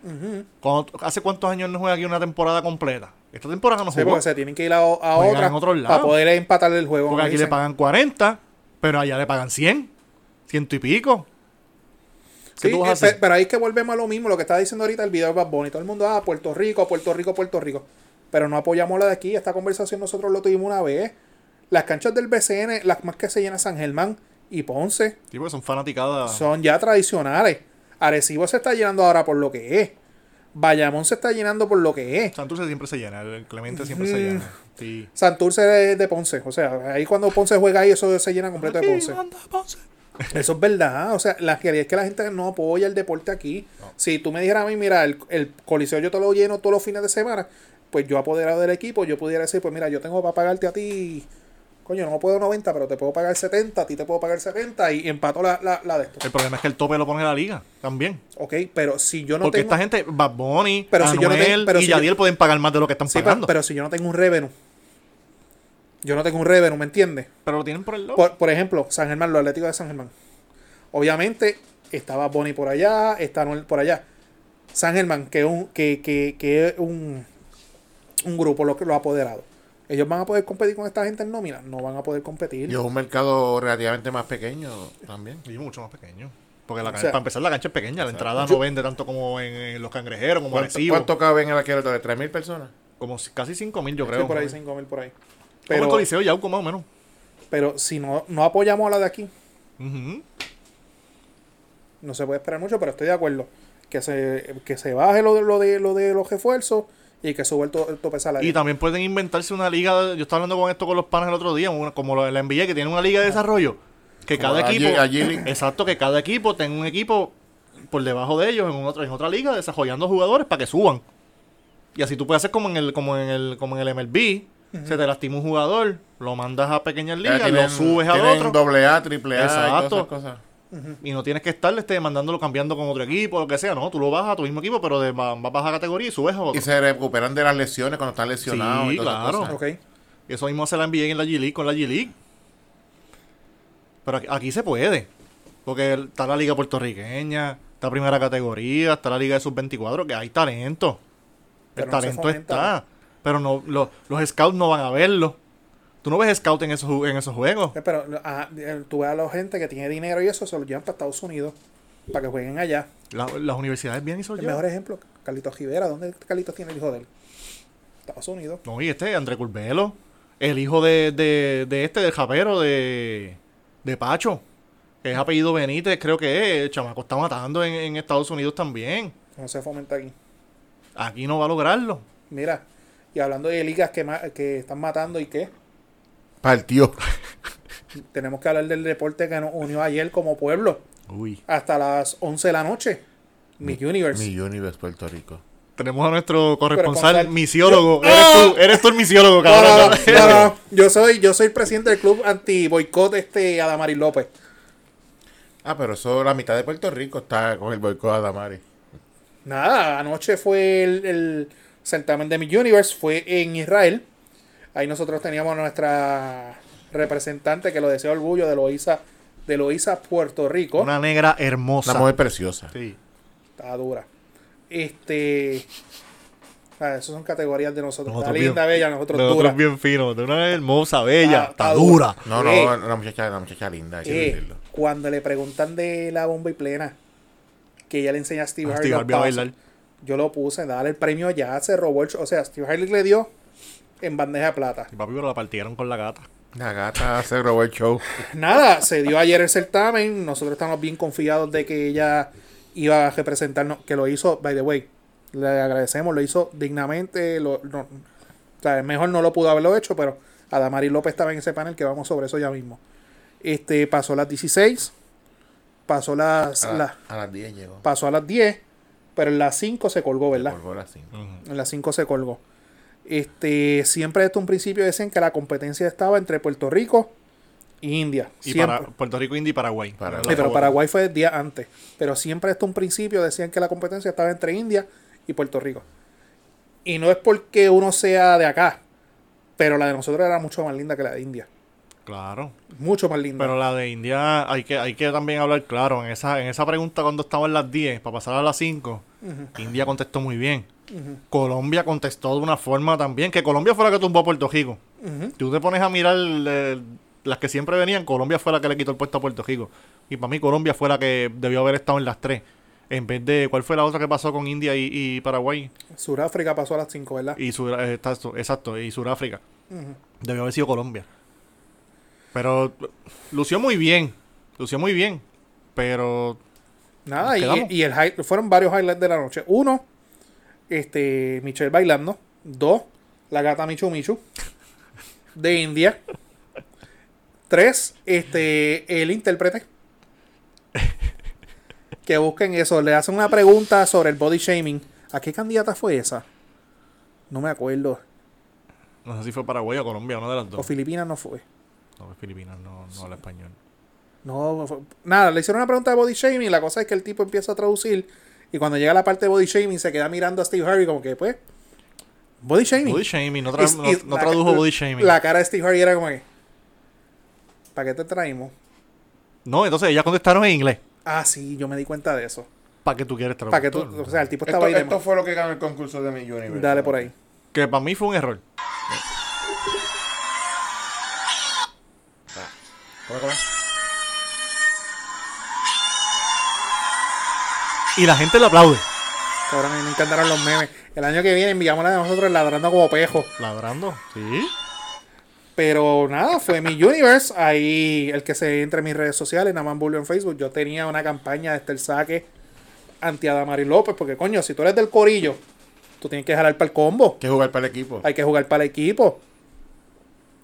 Cuando- ¿Hace cuántos años no juega aquí una temporada completa? Esta temporada no
Sí,
jugó.
porque se tienen que ir a, o- a
Juegan
otra
en otro lado.
para poder empatar el juego.
Porque
como
aquí le
dicen.
pagan 40, pero allá le pagan 100, ciento y pico. ¿Qué
Sí,
tú vas a
eh, pe-
hacer?
Pero ahí es que volvemos a lo mismo, lo que está diciendo ahorita el video de Bad Bunny. Todo el mundo, ah, Puerto Rico, Puerto Rico, Puerto Rico. Pero no apoyamos la de aquí. Esta conversación nosotros lo tuvimos una vez. Las canchas del BCN, las más que se llenan San Germán y Ponce,
Sí, porque son fanaticadas.
son ya tradicionales. Arecibo se está llenando ahora por lo que es. Bayamón se está llenando por lo que es.
Santurce siempre se llena, el Clemente siempre se llena. Sí.
Santurce es de Ponce. O sea, ahí cuando Ponce juega ahí, eso se llena completo de Ponce. Eso es verdad, o sea, la realidad es que la gente no apoya el deporte aquí. Si tú me dijeras a mí, mira, el, el coliseo yo te lo lleno todos los fines de semana, pues yo apoderado del equipo, yo pudiera decir, pues mira, yo tengo para pagarte a ti, coño, no puedo 90, pero te puedo pagar 70, a ti te puedo pagar 70 y empato la, la, la de esto.
El problema es que el tope lo pone la liga también.
Ok, pero si yo no
Porque
tengo...
esta gente, Bad Bunny,
Pero si
Anuel
yo no tengo- pero
y
si yo-
Yadiel pueden pagar más de lo que están
Sí, pero-
pagando. Pero,
pero si yo no tengo un revenue. Yo no tengo un revenue, ¿me entiendes?
lo tienen por el lado.
Por, por ejemplo, San Germán, los Atléticos de San Germán. Obviamente, estaba Bonnie por allá, está Anuel por allá. San Germán, que es un, que, que- que es un, un grupo lo, que- lo ha apoderado. ¿Ellos van a poder competir con esta gente en nómina? No van a poder competir.
Y es un mercado relativamente más pequeño también.
Y mucho más pequeño. Porque la
O
cancha,
sea,
para empezar, la cancha es pequeña. La entrada no vende tanto como en, en los cangrejeros, como
¿Cuánto,
Arecibo.
cuánto caben en la que de 3.000 personas?
Como si- casi 5 mil, yo
Sí,
creo.
por ahí,
Como
5 mil por ahí.
el
Pero,
Coliseo Yauco, más o menos.
pero si no, no apoyamos a la de aquí,
Ujú.
no se puede esperar mucho, pero estoy de acuerdo. Que se, que se baje lo, de- lo, de, lo de los refuerzos y que suba el, to- el tope salarial.
Y también pueden inventarse una liga. Yo estaba hablando con esto con los panas el otro día, una- como lo- la NBA que tiene una liga de desarrollo. Que
Como
cada
la
equipo.
G- la G League.
Exacto, que cada equipo tenga un equipo por debajo de ellos en, un otro- en otra liga desarrollando jugadores para que suban. Y así tú puedes hacer como en el, como en el, como en el MLB. Se te lastima un jugador, lo mandas a pequeñas
Ya
ligas, lo
tienen-
subes a
tienen
otro.
doble A, triple A y todas
Exacto.
esas cosas.
Y no tienes que estarle este, mandándolo cambiando con otro equipo, lo que sea. No, tú lo bajas a tu mismo equipo, pero de más más baja categoría y subes a otro.
Y se recuperan de las lesiones cuando están lesionados.
Sí,
y todas esas
claro.
cosas.
Ok.
Eso mismo hace la NBA en la G League con la G League. Pero aquí, aquí se puede. Porque el- está la liga puertorriqueña, está primera categoría, está la liga de sub-24, que hay talento. El
Pero no se
talento
fomenta,
está. Pero no lo- los scouts no van a verlo. Tú no ves scout en esos, ju- en esos juegos.
Eh, Pero ah, eh, tú ves a la gente que tiene dinero y eso, se lo llevan para Estados Unidos para que jueguen allá.
La- las universidades vienen y son
El mejor ejemplo, Carlitos Rivera. ¿Dónde Carlitos tiene el hijo de él? Estados Unidos.
No, y este, André Curvelo, el hijo de, de, de este, del japero, de, de Pacho, que es apellido Benítez, creo que es. El chamaco está matando en, en Estados Unidos también.
No se fomenta aquí.
Aquí no va a lograrlo.
Mira, y hablando de ligas que, ma- que están matando y qué,
Partió.
tenemos que hablar del deporte que nos unió ayer como pueblo
Uy.
hasta las 11 de la noche. Mi Universe.
Mi Universe Puerto Rico.
Tenemos a nuestro corresponsal
Corresponsal.
misiólogo.
Yo-
Eres,
¡Ah!
tú, eres tú el
No,
misiólogo,
no,
cabrón.
no, no, no. Yo soy, yo soy el presidente del club anti boicot este Adamari López.
Ah, pero eso, la mitad de Puerto Rico está con el boicot a Damari.
Nada, anoche fue el, el certamen de Mi Universe, fue en Israel. Ahí nosotros teníamos a nuestra representante que lo deseo orgullo de Loiza, de Loiza Puerto Rico.
Una negra
Una
hermosa.
mujer preciosa.
Sí.
Está dura. Este. Ah, esas son categorías de nosotros.
Nosotros
está linda,
bien-
bella, nosotros,
Nosotros
dura.
bien finos. De una hermosa, bella.
Está-
está
está
dura.
No, no,
Eh.
una muchacha, una muchacha linda, hay que
Eh,
decirlo.
cuando le preguntan de la bomba y plena, que ella le enseña a Steve Harvey.
Steve
los
Harvey Este a
pasos,
bailar.
Yo lo puse, dale el premio ya, se robó el show. O sea, Steve Harvey le dio en bandeja de plata.
Y papi, pero la partieron con la gata.
La gata se robó el show.
Nada, se dio ayer el certamen. Nosotros estamos bien confiados de que ella iba a representarnos, que lo hizo, by the way. Le agradecemos, lo hizo dignamente. Lo, no- o sea, mejor no lo pudo haberlo hecho, pero Adamari López estaba en ese panel que vamos sobre eso ya mismo. Este pasó las 16. pasó las,
A, la-
las-
a las 10 llegó.
pasó a las 10, pero en las 5 se colgó, ¿verdad?
Colgó a las 5.
En las 5 se colgó. Este, siempre desde un principio decían que la competencia estaba entre Puerto Rico y India.
Y
siempre.
para Puerto Rico, India y Paraguay.
Paraguay.
Sí, pero Paraguay fue el día antes. Pero siempre hasta un principio decían que la competencia estaba entre India y Puerto Rico. Y no es porque uno sea de acá, pero la de nosotros era mucho más linda que la de India.
Claro.
Mucho más linda.
Pero la de India, hay que, hay que también hablar claro. En esa, en esa pregunta, cuando estaba en las 10, para pasar a las 5, India contestó muy bien. Colombia contestó de una forma también, que Colombia fue la que tumbó a Puerto Rico. Tú te pones a mirar eh, las que siempre venían, Colombia fue la que le quitó el puesto a Puerto Rico. Y para mí, Colombia fue la que debió haber estado en las 3. En vez de, ¿cuál fue la otra que pasó con India y, y Paraguay?
Sudáfrica pasó a las 5, ¿verdad?
Y Sur- eh, exacto, exacto, y Sudáfrica.
Ujú.
Debió haber sido Colombia. Pero eh, lució muy bien. Lució muy bien. Pero
Nada,
nos
y,
quedamos.
y el high- fueron varios highlights de la noche. Uno, este, Michelle bailando. Dos, la gata Michu Michu de India. Tres, este, el intérprete. Que busquen eso. Le hacen una pregunta sobre el body shaming. ¿A qué candidata fue esa? No me acuerdo.
no sé si fue Paraguay o Colombia, una de las
O
dos.
Filipinas no fue.
No, Filipinas no, no habla español.
No, fue- nada, le hicieron una pregunta de body shaming. La cosa es que el tipo empieza a traducir. Y cuando llega la parte de body shaming, se queda mirando a Steve Harvey, como que, pues, body shaming.
Body shaming, no, tra-
Es- es-
no- no
la-
tradujo body shaming.
La cara de Steve Harvey era como que, ¿para qué te traímos?
No, entonces ellas contestaron en inglés.
Ah, sí, yo me di cuenta de eso.
¿Para que tú quieres traducir?
Para que tú, o sea, el tipo estaba
Esto,
ahí de
esto fue lo que ganó el concurso de mi Universe.
Dale por ahí.
Que para mí fue un error.
¿Cómo, cómo?
Y la gente le aplaude.
Cabrón, a mí me encantaron los memes. El año que viene enviamos la de nosotros ladrando como pejo.
Ladrando. Sí.
Pero nada, fue mi universe. Ahí el que se entre en mis redes sociales, nada más Bulbo en Facebook. Yo tenía una campaña de este, el saque anti Adamari López. Porque coño, si tú eres del corillo, tú tienes que jalar para el combo.
Que jugar para el equipo.
Hay que jugar para el equipo.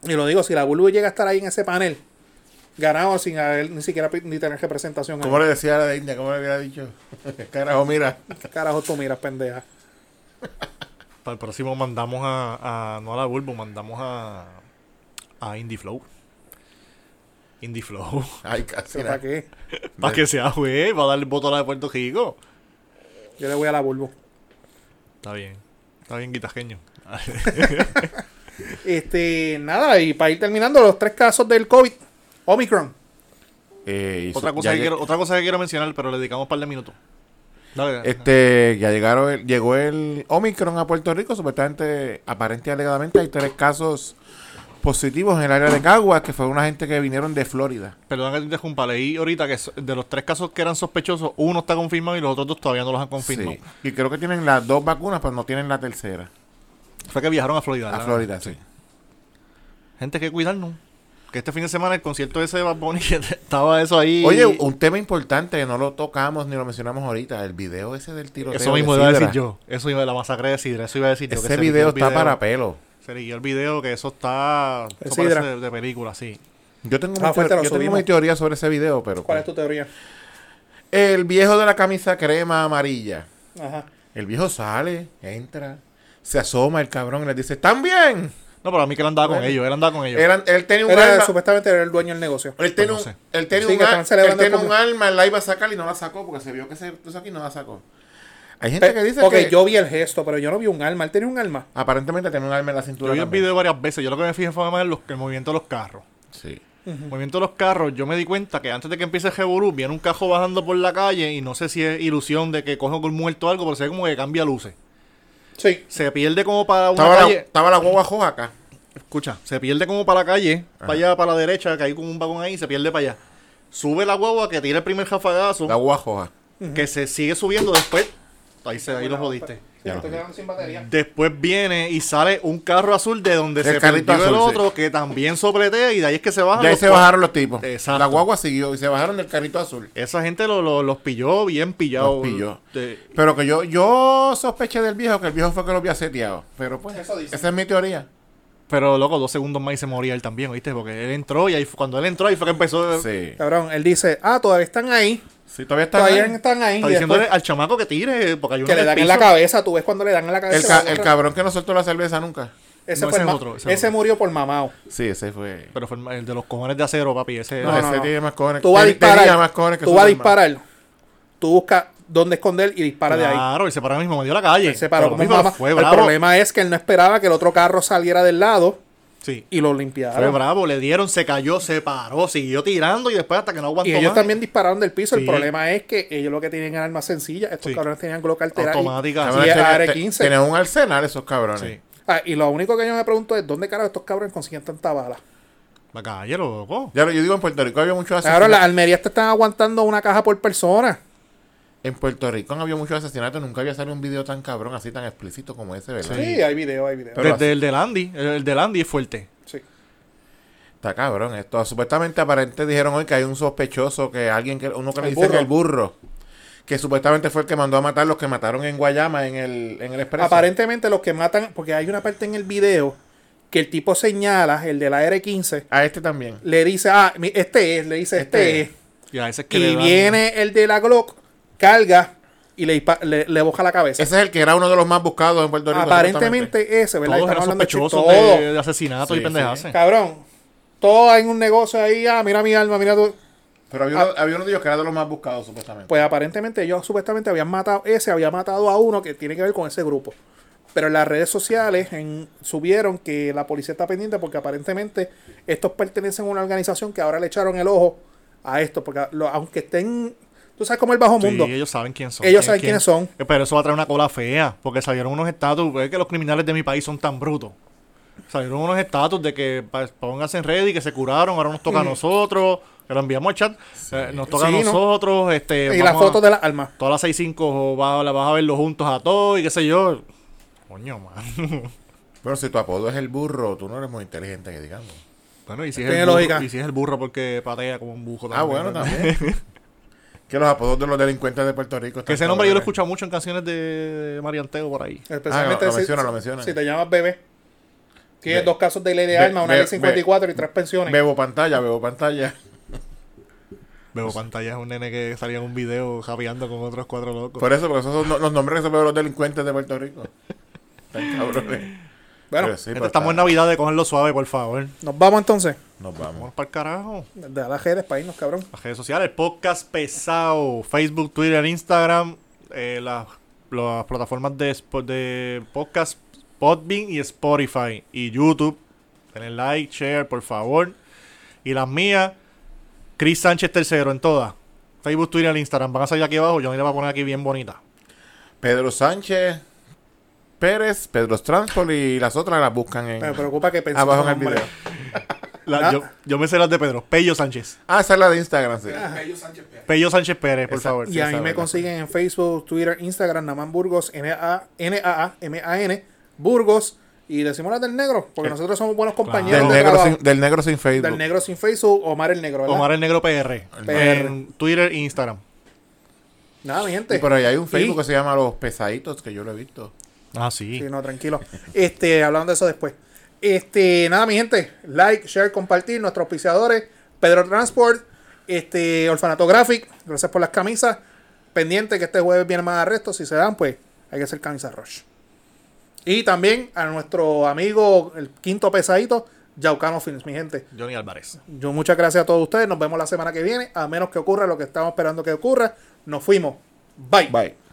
Y lo digo, si la Bulbo llega a estar ahí en ese panel, ganado sin haber ni siquiera pi- ni tener representación.
¿Cómo
ahí.
le decía a la de India? ¿Cómo le hubiera dicho? Carajo, mira.
¿Qué Carajo, tú miras, pendeja.
Para el próximo mandamos a, a- no a la Bulbo, mandamos a a Indie Flow. Indie Flow.
Ay, casi.
¿Para
nada.
qué?
Para que sea juez, va a darle el voto a la de Puerto Rico.
Yo le voy a la Bulbo.
Está bien. Está bien guitajeño.
Este, nada, y para ir terminando, los tres casos del COVID, Omicron.
Eh, hizo-
otra,
ya
cosa que
lleg-
quiero, otra cosa que quiero mencionar, pero le dedicamos un par de minutos. Dale,
Este, ya llegaron, el- llegó el Omicron a Puerto Rico. Supuestamente, aparente y alegadamente, hay tres casos positivos en el área de Caguas, que fue una gente que vinieron de Florida.
perdón que te interrumpa. Leí ahorita que so- de los tres casos que eran sospechosos, uno está confirmado y los otros dos todavía no los han confirmado.
Sí. Y creo que tienen las dos vacunas, pero no tienen la tercera.
Fue que viajaron a Florida.
A
¿verdad?
Florida, sí.
Gente que cuidarnos. Que este fin de semana el concierto ese de Bad Bunny que estaba eso ahí.
Oye, un tema importante que no lo tocamos ni lo mencionamos ahorita, el video ese del tiroteo.
Eso
de
mismo iba a decir
Sidra.
yo. Eso iba de la masacre de Sidra. Eso iba a decir yo. que
Ese
se eligió
video
el
está para pelo.
Se eligió el video que eso está.
De
eso
Sidra.
parece de, de película, sí.
Yo tengo,
Ah,
mi,
fue,
teor-
te lo
yo tengo
subimos.
mi teoría sobre ese video, pero
¿Cuál es tu teoría?
el viejo de la camisa crema amarilla.
Ajá.
El viejo sale, entra, se asoma el cabrón y le dice, ¿están bien?
No, pero a mí que él andaba con
Bueno.
ellos. Él andaba con ellos.
Era- él tenía un
Era,
arma.
supuestamente era el dueño del negocio.
Él tenía
Pues no
un,
sé.
él tenía
Sí,
un,
que
ar-
están celebrando
él tenía
como-
un arma, él la iba a sacar y no la sacó porque se vio que se puso aquí y no la sacó. Hay gente que
Pe-
dice
Eh, ok,
que
yo vi el gesto, pero yo no vi un alma. Él tenía un alma.
aparentemente tenía un arma en la
Yo
cintura.
vi el
también.
video varias veces. Yo lo que me fijé fue más en los- el movimiento de los carros.
Sí.
El movimiento de los carros, yo me di cuenta que antes de que empiece el Revolú, viene un cajo bajando por la calle y no sé si es ilusión de que coge un muerto o algo, pero se ve como que cambia luces.
Sí.
Se pierde como para una
Estaba la,
calle.
estaba la guagua joja acá.
Escucha, se pierde como para la calle, para allá, para la derecha, que hay como un vagón ahí, se pierde para allá. Sube la guagua que tira el primer jafagazo,
La guagua joja.
que se sigue subiendo después. Ahí se, ahí lo jodiste.
Ya
te
lo
quedaron sin batería.
Después viene y sale un carro azul de donde
El
se
carrito
perdió el
azul, sí.
otro, que también sobretea y de ahí es que se baja.
Ya ahí se bajaron los tipos.
Exacto.
La guagua siguió y se bajaron del carrito azul.
Esa gente lo- lo- los pilló bien pillado.
Los pilló.
De-
Pero que yo, yo sospeché del viejo, que el viejo fue que lo había seteado. Pero pues,
Eso dice.
esa es mi teoría.
Pero, loco, dos segundos más y se moría él también, ¿oíste? Porque él entró y ahí fue- cuando él entró ahí fue que empezó. eh,
Sí.
Cabrón, él dice, ah, todavía están ahí.
Sí, todavía está.
Todavía
ahí.
están ahí.
Está
y
diciéndole
después
al chamaco que tire, porque hay uno
que le
el
dan en la
piso.
cabeza. Tú ves cuando le dan en la cabeza.
El,
la
ca- el
otra-
cabrón que no soltó la cerveza nunca.
Ese, fue
No,
el
ese es
ma-
otro, ese
ese,
es otro.
murió por mamado.
Sí, ese fue.
Pero fue el- el de los cojones de acero, papi. Ese
No,
ese
no, no.
tiene más cojones.
Tú vas a
Ten- tenía más
disparar.
cojones que
Tú vas a
Superman.
disparar. Tú buscas dónde esconder y dispara de ahí.
Claro, y se paró mismo, me dio la calle.
Se paró
Pero,
como
papi,
un
pero
mamá.
Fue
el
bravo.
problema es que él no esperaba que el otro carro saliera del lado
Sí.
y lo
Fue
limpiara.
bravo, le dieron, se cayó, se paró, siguió tirando y después hasta que no aguantó
Y ellos
más,
también dispararon del piso. El
Sí.
problema es que ellos lo que tienen eran armas sencillas. Estos
Sí.
cabrones tenían Glock alterada. y-
automática.
Cabrones,
Sí,
tenían-
AR-15.
te- Tenían un arsenal esos cabrones.
Sí.
Ah, y lo único que yo me pregunto es: ¿dónde carajo estos cabrones consiguen tanta bala?
La calle, loco.
Ya lo- yo digo, en Puerto Rico había muchos asesinatos.
Claro, las almerías te están aguantando una caja por persona.
En Puerto Rico había muchos asesinatos. Nunca había salido un video tan cabrón, así tan explícito como ese, ¿verdad?
Sí, hay video, hay video.
Pero así-
Desde el de Landy, el, el de Landy es fuerte.
Sí.
Está cabrón esto. Supuestamente aparente dijeron hoy que hay un sospechoso, que alguien que uno que le
El
dice que
burro.
el burro, que supuestamente fue el que mandó a matar los que mataron en Guayama en el en el expreso.
Aparentemente los que matan, porque hay una parte en el video que el tipo señala, el de la R15,
A este también.
le dice, ah, mi- este es, le dice, este,
Este
es.
Y a veces que le
Y
dan-
viene el de la Glock, carga y le, dispa- le, le boja la cabeza.
Ese es el que era uno de los más buscados en Puerto Rico.
Aparentemente ese, ¿verdad?
Todos eran
Estamos hablando de
sospechosos
chi- todo.
de, de asesinatos
Sí,
y
sí.
pendejadas.
Cabrón, todo hay un negocio ahí, ah, mira mi alma, mira tú.
supuestamente. Pero había uno, había uno de ellos que era de los más buscados, supuestamente.
Pues aparentemente ellos supuestamente habían matado, ese había matado a uno que tiene que ver con ese grupo. Pero en las redes sociales en- subieron que la policía está pendiente porque aparentemente estos pertenecen a una organización que ahora le echaron el ojo a esto. Porque lo- aunque estén, tú sabes cómo es el bajo mundo.
Sí, ellos saben quién son.
Ellos
quién-
saben quiénes son.
Eh, Pero eso va a traer una cola fea, porque salieron unos estatus, es que los criminales de mi país son tan brutos. Salieron unos estatus de que pa- pónganse en ready, que se curaron, ahora nos toca a nosotros, que lo enviamos al chat, eh, nos toca
Sí,
a
¿no?
nosotros, este...
y las
vamos a-
fotos de las almas.
Todas las 6-5 va- la vas a verlos juntos a todos y qué sé yo. Coño, mano.
Pues, Pero si tu apodo es el burro, tú no eres muy inteligente, que digamos.
Bueno, y si, es
Tiene
el burro,
lógica.
y si es el burro porque patea como un bujo
Ah, bueno,
¿verdad?
también. que los apodos de los delincuentes de Puerto Rico.
Que
están
ese nombre yo lo he
cabrones.
escuchado mucho en canciones de Marianteo por ahí.
Especialmente
Ah, lo- lo
si,
mencionan, lo mencionan.
si te llamas bebé. Tienes
Be-
dos casos de ley de
be-
alma, una
be-
ley 54 y tres pensiones.
Bebo pantalla, bebo pantalla.
Veo pantallas un nene que salía en un video japeando con otros cuatro locos.
Por eso, porque esos son no- los nombres que se ponen los delincuentes de Puerto Rico. Están cabrones.
bueno,
Pero sí,
Gente, estamos en
pero este pues está-
Navidad de cogerlo suave, por favor.
nos vamos entonces.
Nos vamos.
Vamos para el carajo.
De las redes para irnos, cabrón.
Las redes sociales, podcast pesado, Facebook, Twitter, Instagram, eh, las, las plataformas de, Spo- de podcast, Podbean y Spotify y YouTube. Denle like, share, por favor. Y las mías, Chris Sánchez tercero en todas. Facebook, Twitter, Instagram. Van a salir aquí abajo. Yo le voy a poner aquí bien bonita.
Pedro Sánchez Pérez, Pedro Transpol y las otras las buscan en.
Me preocupa que pensé
Ah, Abajo
tu
en el
nombre.
video.
La-
Ah.
yo, yo me sé las de Pedro. Pello Sánchez.
Ah, esa es la de Instagram, sí.
Bello Sánchez Pérez.
Pello Sánchez Pérez, por
Esa-
favor.
Y
Sí,
a
esa
mí me
verdad.
consiguen en Facebook, Twitter, Instagram, Naman Burgos, N-A-A-M-A-N, Burgos. Y decimos las del negro, porque nosotros somos buenos compañeros.
Eh, Del
de
negro,
trabajo.
sin, del negro sin Facebook.
Del negro sin Facebook, Omar el negro, ¿verdad?
Omar el Negro PR.
PR.
En Twitter e Instagram.
Nada, mi
Y
gente.
por ahí hay un Facebook
Y-
que se llama Los Pesaditos, que yo lo he visto.
Ah, sí.
Sí, no, tranquilo. Este, hablando de eso después. Este, nada, mi gente. Like, share, compartir. Nuestros auspiciadores. Pedro Transport. Este, Orfanato Graphic. Gracias por las camisas. Pendiente que este jueves viene más arrestos. Si se dan, pues hay que hacer camisa rush. Y también a nuestro amigo, el quinto pesadito, Yaucano Films, mi gente.
Johnny Álvarez.
Yo muchas gracias a todos ustedes. Nos vemos la semana que viene. A menos que ocurra lo que estamos esperando que ocurra. Nos fuimos. Bye.
Bye.